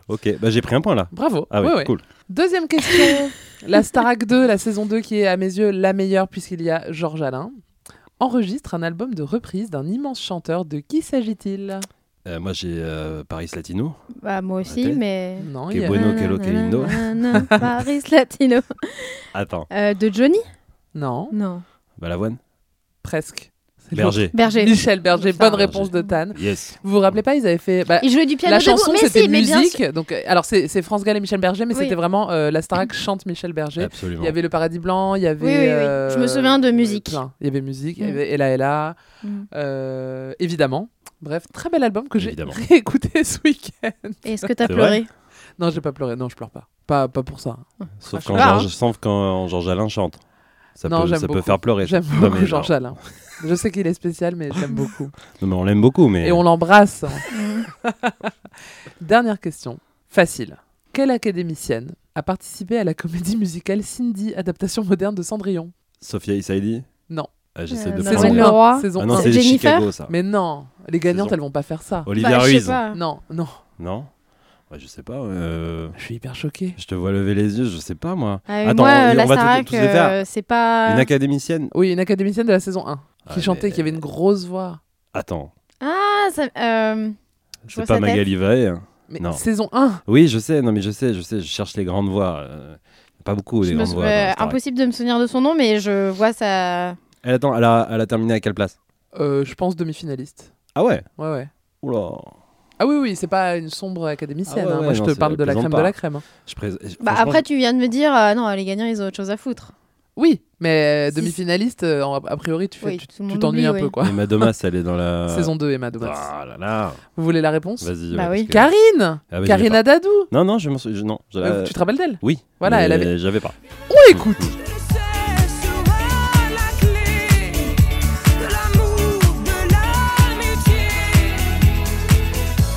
N: Ok, bah j'ai pris un point là.
E: Bravo.
N: Ah oui,
E: Ouais, ouais.
N: cool. [LAUGHS]
E: Deuxième question. la Starac 2, la saison 2 qui est à mes yeux la meilleure puisqu'il y a Georges Alain. enregistre un album de reprise d'un immense chanteur. De qui s'agit-il
N: Euh, moi, j'ai euh, Paris Latino.
O: Bah, moi aussi,
N: Peut-être.
O: mais.
E: Non,
N: Que il y a-
E: euh,
N: bueno, que lo que lindo. [LAUGHS]
O: Nanana, Paris Latino.
N: Attends.
O: Euh, de Johnny
E: Non.
O: Non.
N: Balavoine
E: Presque. C'est
N: Berger.
E: l'autre. Michel Berger, bonne réponse de Tan.
N: Yes.
E: Vous vous rappelez pas, ils avaient fait. bah,
O: Ils jouaient du piano
E: La
O: debout,
E: chanson,
O: mais
E: c'était
O: si, mais bien
E: musique.
O: sûr.
E: Donc, euh, alors, c'est c'est France Gall et Michel Berger, mais
O: Oui.
E: c'était vraiment euh, la Starac chante Michel Berger.
N: Absolument.
E: Il y avait Le Paradis Blanc, il y avait.
O: Oui, oui, oui.
E: euh,
O: Je me souviens de musique.
E: plein. Il y avait musique, il y
O: Mm.
E: avait Ella Ella,
O: Mm.
E: euh, évidemment. Bref, très bel album que j'ai
N: Évidemment.
E: [LAUGHS] réécouté ce week-end.
O: Et est-ce que t'as C'est pleuré vrai
E: Non, j'ai pas pleuré. Non, je pleure pas. Pas, pas pour ça.
N: Sauf
E: Ah,
N: quand,
E: je- Ah,
N: Georges, sauf quand Georges Alain chante. Ça,
E: Non,
N: peut,
E: j'aime
N: ça peut
E: beaucoup.
N: faire pleurer. ça.
E: J'aime
N: Non,
E: beaucoup
N: mais genre-
E: Georges Alain. Je sais qu'il est spécial, mais
N: [LAUGHS]
E: j'aime beaucoup.
N: Non, mais on l'aime beaucoup, mais.
E: Et on
N: [LAUGHS]
E: l'embrasse. Dernière question, facile. Quelle académicienne a participé à la comédie musicale Cindy, adaptation moderne de Cendrillon
N: Sophia Issaidi
E: Non.
N: Ah,
O: euh,
N: J'essaie de
E: Saison
N: prendre.
E: un, saison
N: Ah non,
E: un.
N: c'est Chicago, ça.
E: Mais non, les gagnantes,
N: Saison-
E: elles vont pas faire ça.
N: Olivia
O: Bah,
N: Ruiz.
E: Non, non.
N: Non Ouais, Je sais pas. Je
E: suis hyper choqué.
N: Euh. Je te vois lever les yeux, je sais pas moi.
O: Ah, mais moi, euh, la
N: toutes-
O: Starac,
N: toutes les faire.
O: euh, c'est pas-
N: Une académicienne
E: Oui, une académicienne de la saison 1 qui
N: Ah,
E: chantait,
N: mais-
E: qui avait une grosse voix.
N: Attends,
O: Ah, ça. euh, je vois
N: c'est pas
O: sa tête.
N: Magali hein. Vae.
E: Mais
N: non.
E: saison 1
N: Oui, je sais, non mais je sais, je sais, je cherche les grandes voix. euh, Pas beaucoup les
O: Je me
N: grandes
O: sou-
N: voix. dans
O: euh,
N: la Starac.
O: impossible de me souvenir de son nom, mais je vois ça. Bah,
N: Elle, attend, elle, a, elle a terminé à quelle place
E: Euh, je pense demi-finaliste.
N: Ah ouais
E: Ouais, ouais.
N: Oula.
E: Ah oui, oui, c'est pas une sombre académicienne.
N: Ah ouais,
E: hein.
N: ouais,
E: Moi, je
N: non,
E: te
N: c'est-
E: parle
N: elle
E: de la
N: plaisante
E: crème
N: pas.
E: de la crème. hein.
N: Je prés- je-
O: Bah,
N: franchement,
O: après, tu viens de me dire, euh, non, les gagnants, ils ont autre chose à foutre.
E: Oui, mais euh,
O: Si.
E: demi-finaliste, euh, en- a priori, tu fais-
O: Oui,
E: tu-
O: tout le
E: tu
O: monde
E: t'ennuies
O: oublie,
E: un
O: oui.
E: peu. quoi.
N: Emma Domas, elle est dans la.
E: [LAUGHS] Saison 2, Emma Domas.
N: Ah là là.
E: Vous voulez la réponse
N: Vas-y.
E: Bah
N: ouais,
E: oui.
N: parce que-
E: Karine
N: Ah bah, je l'ai
E: Karine
N: pas.
E: Adadou
N: Non, non, je m'en souviens. Non, je la-
E: Euh, tu te rappelles d'elle
N: Oui.
E: Voilà,
N: mais
E: elle avait-
N: J'avais pas.
E: On écoute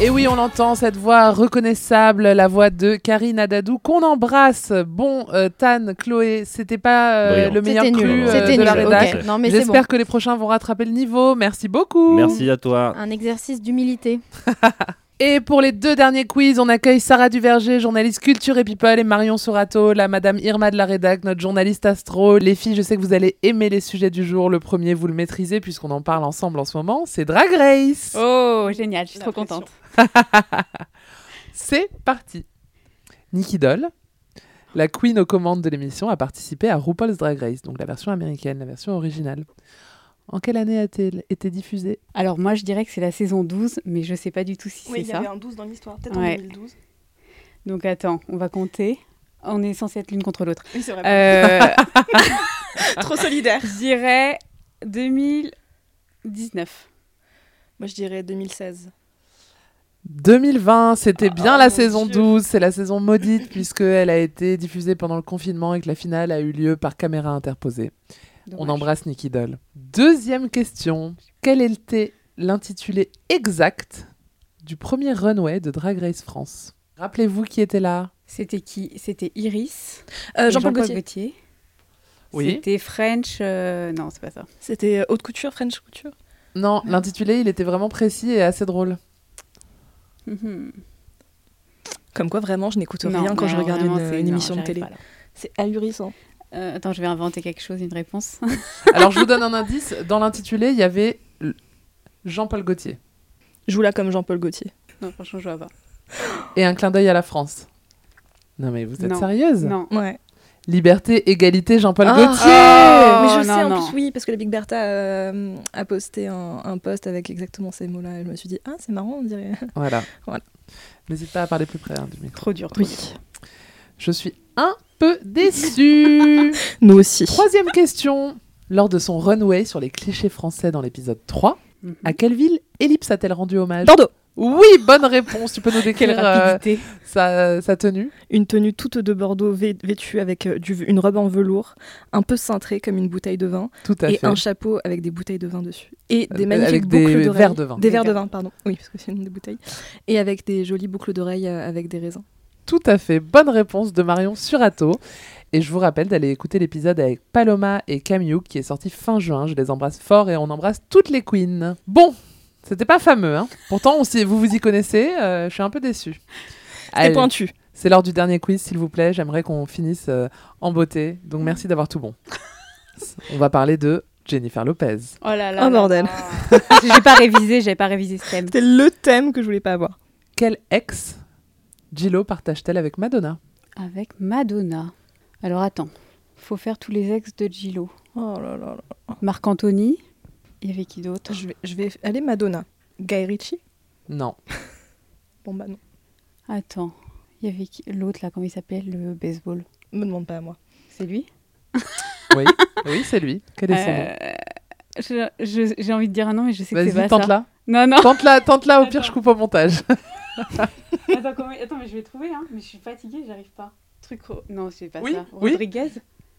E: Et oui, on l'entend, cette voix reconnaissable, la voix de Karine Adadou, qu'on embrasse. Bon, euh, Tan, Chloé, c'était pas euh,
N: Brillant.
E: le meilleur
N: C'était
E: cru
N: nul.
E: euh,
N: C'était
E: de la
N: nul,
E: rédac.
N: ok.
O: Non, mais c'est
E: J'espère
O: bon.
E: que les prochains vont rattraper le niveau. Merci beaucoup.
N: Merci à toi.
O: Un exercice d'humilité.
E: Et pour les deux derniers quiz, on accueille Sarah Duverger, journaliste culture et people, et Marion Sorato, la madame Irma de la rédac, notre journaliste astro. Les filles, je sais que vous allez aimer les sujets du jour. Le premier, vous le maîtrisez puisqu'on en parle ensemble en ce moment, c'est Drag Race.
I: Oh, génial, je suis trop contente.
E: C'est parti. Nikki Doll, la queen aux commandes de l'émission, a participé à RuPaul's Drag Race, donc la version américaine, la version originale. En quelle année a-t-elle été diffusée
I: Alors moi, je dirais que c'est la saison 12, mais je sais pas du tout si
J: Oui, il
I: c'est
J: y
I: ça.
J: avait un 12 dans l'histoire, peut-être en
I: Ouais.
J: 2012.
I: Donc attends, on va compter. On est censé être l'une contre l'autre.
J: Oui, c'est vrai. [LAUGHS]
I: Trop solidaire. Je dirais 2019.
J: Moi, je dirais 2016.
E: 2020, c'était
I: Ah,
E: bien la saison 12, c'est la saison maudite puisqu'elle a été diffusée pendant le confinement et que la finale a eu lieu par caméra interposée. On
I: Dommage.
E: embrasse Nikki Doll. Deuxième question, quel était l'intitulé exact du premier runway de Drag Race France Rappelez-vous qui était là
I: C'était qui C'était Iris.
J: Euh,
I: et
J: Jean-Paul Gaultier.
E: Oui.
I: C'était French. euh, Non, c'est pas ça.
J: C'était euh, haute couture, French couture.
I: Ah.
E: Non, l'intitulé, il était vraiment précis et assez drôle.
J: Comme quoi, vraiment, je n'écoute
I: Non,
J: rien quand je
I: non,
J: regarde
I: vraiment,
J: une,
I: c'est-
J: une
I: non,
J: émission de
I: j'arrive
J: télé.
I: pas, là.
J: C'est ahurissant.
I: Euh, attends, je vais inventer quelque chose, une réponse. [LAUGHS]
E: Alors je vous donne un indice, dans l'intitulé, il y avait l- Jean-Paul Gaultier
J: Joue là comme Jean-Paul Gaultier.
I: Non, franchement, je vois pas.
E: et un clin d'œil à la France. Non mais vous êtes
I: Non.
E: sérieuse
I: Non.
J: Ouais.
E: Liberté, égalité, Jean-Paul Gaultier.
J: Mais je sais, en
I: Oh, non.
J: plus, oui, parce que la Big Bertha euh, a posté un, un post avec exactement ces mots-là. Et je me suis dit, ah, c'est marrant, on dirait.
E: Voilà.
J: Voilà.
E: N'hésite pas à parler plus près hein, du micro.
I: Trop dur.
J: Oui.
E: Je suis un peu déçue.
J: Nous aussi.
E: [LAUGHS] Troisième question. Lors de son runway sur les clichés français dans l'épisode 3, à quelle ville Ellipse a-t-elle rendu hommage
J: Bordeaux.
E: Oui, bonne réponse. Tu [LAUGHS] peux nous décrire
J: Quelle
E: euh,
J: rapidité.
E: sa, euh, sa tenue
J: Une tenue toute de Bordeaux vê- vêtue avec euh, du- une robe en velours, un peu cintrée comme une bouteille de vin.
E: Tout à
J: et
E: fait.
J: un chapeau avec des bouteilles de vin dessus. Et
E: Euh,
J: des
E: euh,
J: magnifiques
E: avec des
J: boucles d'oreilles.
E: verres de vin.
J: Des verres de
E: D'accord.
J: vin, pardon. Oui, parce que c'est une des bouteilles. Et avec des jolies boucles d'oreilles euh, avec des raisins.
E: Tout à fait. Bonne réponse de Marion Surato. Et je vous rappelle d'aller écouter l'épisode avec Paloma et Camille qui est sorti fin juin. Je les embrasse fort et on embrasse toutes les queens. Bon, c'était pas fameux. hein. Pourtant, on s'y- vous vous y connaissez. euh, je suis un peu déçue.
J: C'était
E: Allez,
J: pointu.
E: C'est l'heure du dernier quiz, s'il vous
I: Mm.
E: plaît. J'aimerais qu'on finisse euh, en beauté. Donc, merci d'avoir tout bon. on va parler de Jennifer Lopez.
I: Oh là là.
J: Oh, bordel.
E: [LAUGHS]
I: j'ai pas révisé, j'avais pas révisé ce
J: [LAUGHS]
I: thème.
J: C'était le thème que je voulais pas avoir.
E: Quel ex Gillo partage-t-elle avec Madonna
I: Avec Madonna. Alors attends, faut faire tous les ex de Gillo.
J: Oh là là là.
I: Marc Anthony. Il y avait qui d'autre
J: Je vais, je vais aller Madonna. Guy Ritchie
E: Non.
J: Bon bah non.
I: Attends, il y avait qui- l'autre là, comment il s'appelle Le baseball.
J: Me demande pas à moi.
I: C'est lui
E: Oui, oui c'est lui. Quel est son nom
I: Euh, je- je- J'ai envie de dire un nom, mais je sais que c'est pas
E: Vas-y, tente-la.
I: ça. Non, non.
E: Tente-la, tente-la, au pire, je coupe au montage.
I: Attends, comment- attends, mais je vais trouver, hein. Mais je suis fatiguée, j'arrive pas. Truc. ro- Non, c'est pas
E: Oui,
I: ça.
E: oui.
I: Rodriguez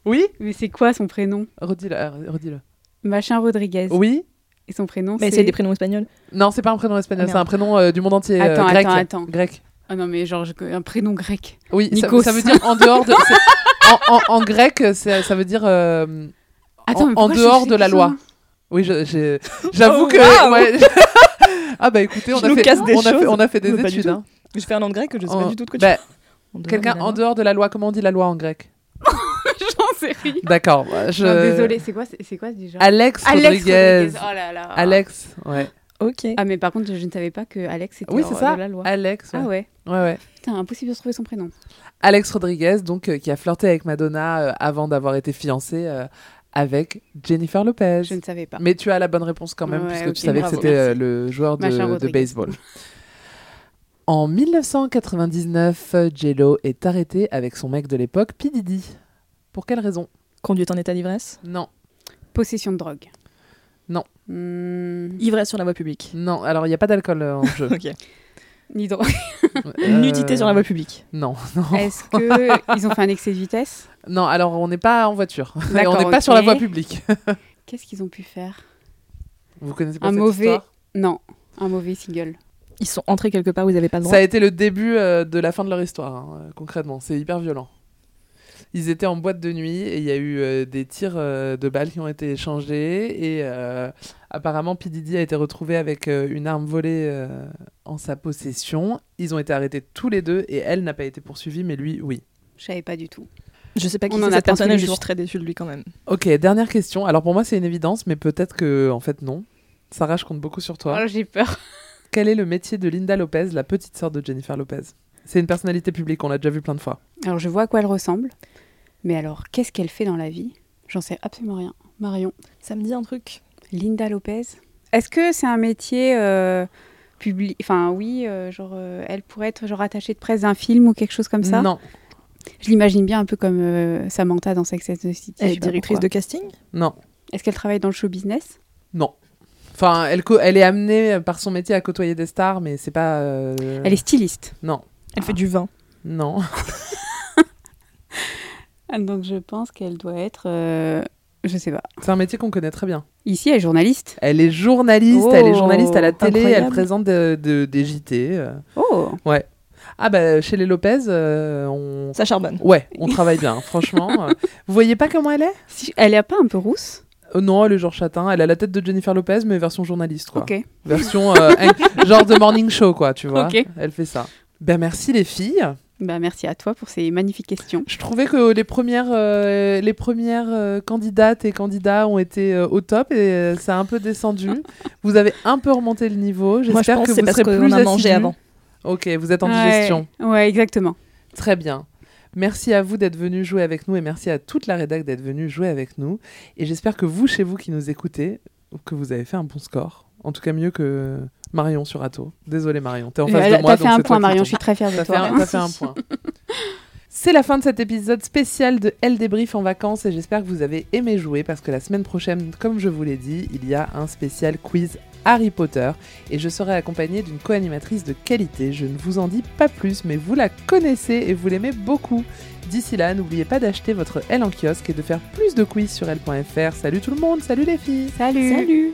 E: Oui
I: Mais c'est quoi son prénom
E: Redis-le. euh, redis-le.
I: Machin Rodriguez.
E: Oui.
I: Et son prénom,
J: Mais c'est des prénoms espagnols.
E: Non, c'est pas un prénom espagnol,
I: Ah,
E: c'est un
I: merde.
E: prénom euh, du monde entier. euh,
I: Attends,
E: grec.
I: attends, attends.
E: Grec.
I: Ah non, mais genre, je- un prénom grec.
E: Oui, ça-
I: Nikos.
E: Ça, veut dire en dehors de. c'est- En, en- en grec, c'est- ça veut dire. euh,
I: Attends, mais
E: en, en
I: pourquoi je
E: dehors
I: sais
E: de la
I: que
E: loi.
I: ça
E: Oui, je- j'ai- j'avoue
J: Oh,
E: que.
J: waouh.
E: ouais, [LAUGHS] ah bah écoutez, on,
J: Je
E: a
J: nous
E: fait,
J: casse des
E: on, a fait,
J: choses.
E: on a fait des
J: Mais pas du tout.
E: études. hein.
J: Je fais un nom grec que je sais
E: En-
J: pas du tout de quoi tu
E: bah,
J: parles.
E: Quelqu'un en dehors de la loi, comment on dit la loi en grec
I: [LAUGHS] J'en sais rien.
E: D'accord. bah, Je...
I: Non, désolé, c'est quoi, c'est c'est quoi déjà
E: Alex Rodriguez.
I: Oh là là.
E: Alex, ouais.
J: Ok.
I: Ah, mais par contre, je ne savais pas que Alex était
E: Oui,
I: hors
E: c'est ça.
I: de la loi.
E: Alex.
I: Ah ouais.
E: Ouais, ouais.
I: Putain, impossible de trouver son prénom.
E: Alex Rodriguez, donc, euh, qui a flirté avec Madonna euh, avant d'avoir été fiancée euh, avec Jennifer Lopez.
I: Je ne savais pas.
E: Mais tu as la bonne réponse quand même,
I: Ouais,
E: puisque
I: ok,
E: tu savais
I: bravo,
E: que c'était euh,
I: merci.
E: le joueur de,
I: Machin
E: de
I: Rodriguez.
E: baseball. En 1999, Jello est arrêté avec son mec de l'époque, P. Diddy. Pour quelle raison
J: Conduite en état d'ivresse
E: Non.
I: Possession de drogue. Hmm.
E: Non.
J: Ivresse sur la voie publique.
E: [LAUGHS] Non, alors il n'y a pas d'alcool euh, [LAUGHS] en jeu.
J: Ok.
I: Ni drogue.
E: Euh,
J: Nudité sur la voie publique.
E: Non, non.
I: Est-ce
E: [LAUGHS]
I: que ils ont fait un excès de vitesse
E: Non, alors on n'est pas en voiture. [LAUGHS] Et on
I: D'accord,
E: n'est pas sur la
I: ok.
E: voie publique.
I: Qu'est-ce qu'ils ont pu faire
E: Vous connaissez pas
I: Un
E: cette
I: mauvais.
E: histoire
I: Non, un mauvais single.
J: Ils sont entrés quelque part où ils n'avaient pas le droit.
E: Ça a été le début euh, de la fin de leur histoire, hein, euh, concrètement. C'est hyper violent. Ils étaient en boîte de nuit et il y a eu euh, des tirs euh, de balles qui ont été échangés. Et euh, apparemment, P. Diddy a été retrouvé avec euh, une arme volée euh, en sa possession. Ils ont été arrêtés tous les deux et elle n'a pas été poursuivie, mais lui, oui.
I: Je savais pas du tout.
J: Je sais pas qui
I: On
J: c'est
I: en
J: cette
I: apprend
J: personne
I: tous
J: et
I: les
J: je suis
I: jours.
J: très déçue de lui quand même.
E: Ok, dernière question. Alors pour moi, c'est une évidence, mais peut-être que, en fait, non. Sarah, je compte beaucoup sur toi.
I: Oh, j'ai peur.
E: Quel est le métier de Linda Lopez, la petite sœur de Jennifer Lopez C'est une personnalité publique, on l'a déjà vu plein de fois.
I: Alors je vois à quoi elle ressemble, mais alors qu'est-ce qu'elle fait dans la vie J'en sais absolument rien. Marion.
J: Ça me dit un truc.
I: Linda Lopez. Est-ce que c'est un métier euh, public Enfin oui, euh, genre euh, elle pourrait être genre attachée de presse d'un film ou quelque chose comme ça.
E: Non.
I: Je l'imagine bien un peu comme euh, Samantha dans Sex and the City.
J: Elle
I: je
J: est
I: sais pas
J: directrice de
I: pourquoi.
J: casting
E: Non,
I: Est-ce qu'elle travaille dans le show business
E: non. Enfin, elle, co- elle est amenée euh, par son métier à côtoyer des stars, mais c'est pas. euh,
I: Elle est styliste.
E: Non,
J: Elle fait du vin.
E: non.
I: Ah, Donc je pense qu'elle doit être, euh, je sais pas.
E: C'est un métier qu'on connaît très bien.
I: Ici elle est journaliste.
E: Elle est journaliste, elle est
I: Oh,
E: journaliste à la télé, elle
I: incroyable.
E: présente de- de- des JT. euh,
I: Oh.
E: Ouais. Ah bah chez les Lopez, euh, on.
J: Ça charbonne.
E: Ouais, on travaille bien, [LAUGHS] franchement. euh. Vous voyez pas comment elle est
I: Si- elle est pas un peu rousse
E: Euh, Non, elle est genre châtain. Elle a la tête de Jennifer Lopez, mais version journaliste, quoi.
I: Ok.
E: Version euh, hein, genre de morning show, quoi, tu vois.
I: Ok.
E: Elle fait ça. Ben merci les filles.
I: Bah merci à toi pour ces magnifiques questions.
E: Je trouvais que les premières, euh, les premières euh, candidates et candidats ont été euh, au top et euh, ça a un
I: [LAUGHS]
E: peu descendu. vous avez un peu remonté le niveau.
J: je
E: J'espère
J: pense
E: que
J: c'est
E: vous
J: parce
E: serez
J: qu'on
E: plus
J: a mangé
E: assidus.
J: avant.
E: Ok, vous êtes en digestion.
I: Ouais, ouais, exactement.
E: Très bien. Merci à vous d'être venus jouer avec nous et merci à toute la rédac d'être venue jouer avec nous. Et j'espère que vous, chez vous qui nous écoutez, que vous avez fait un bon score. En tout cas, mieux que Marion sur Atto. Désolée Marion, t'es en
I: Euh,
E: face
I: elle-
E: de moi.
I: t'as fait
E: donc
I: un
E: c'est toi
I: point,
E: qui
I: Marion,
E: tombe.
I: je suis très fière de
E: T'as
I: toi.
E: fait un- T'as fait un point. [LAUGHS] C'est la fin de cet épisode spécial de Elle débrief en vacances et j'espère que vous avez aimé jouer parce que la semaine prochaine, comme je vous l'ai dit, il y a un spécial quiz Harry Potter et je serai accompagnée d'une co-animatrice de qualité. Je ne vous en dis pas plus, mais vous la connaissez et vous l'aimez beaucoup. D'ici là, n'oubliez pas d'acheter votre Elle en kiosque et de faire plus de quiz sur elle.fr. Salut tout le monde, salut les filles.
I: Salut.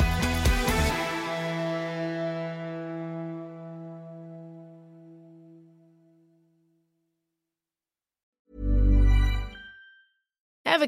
P: Ever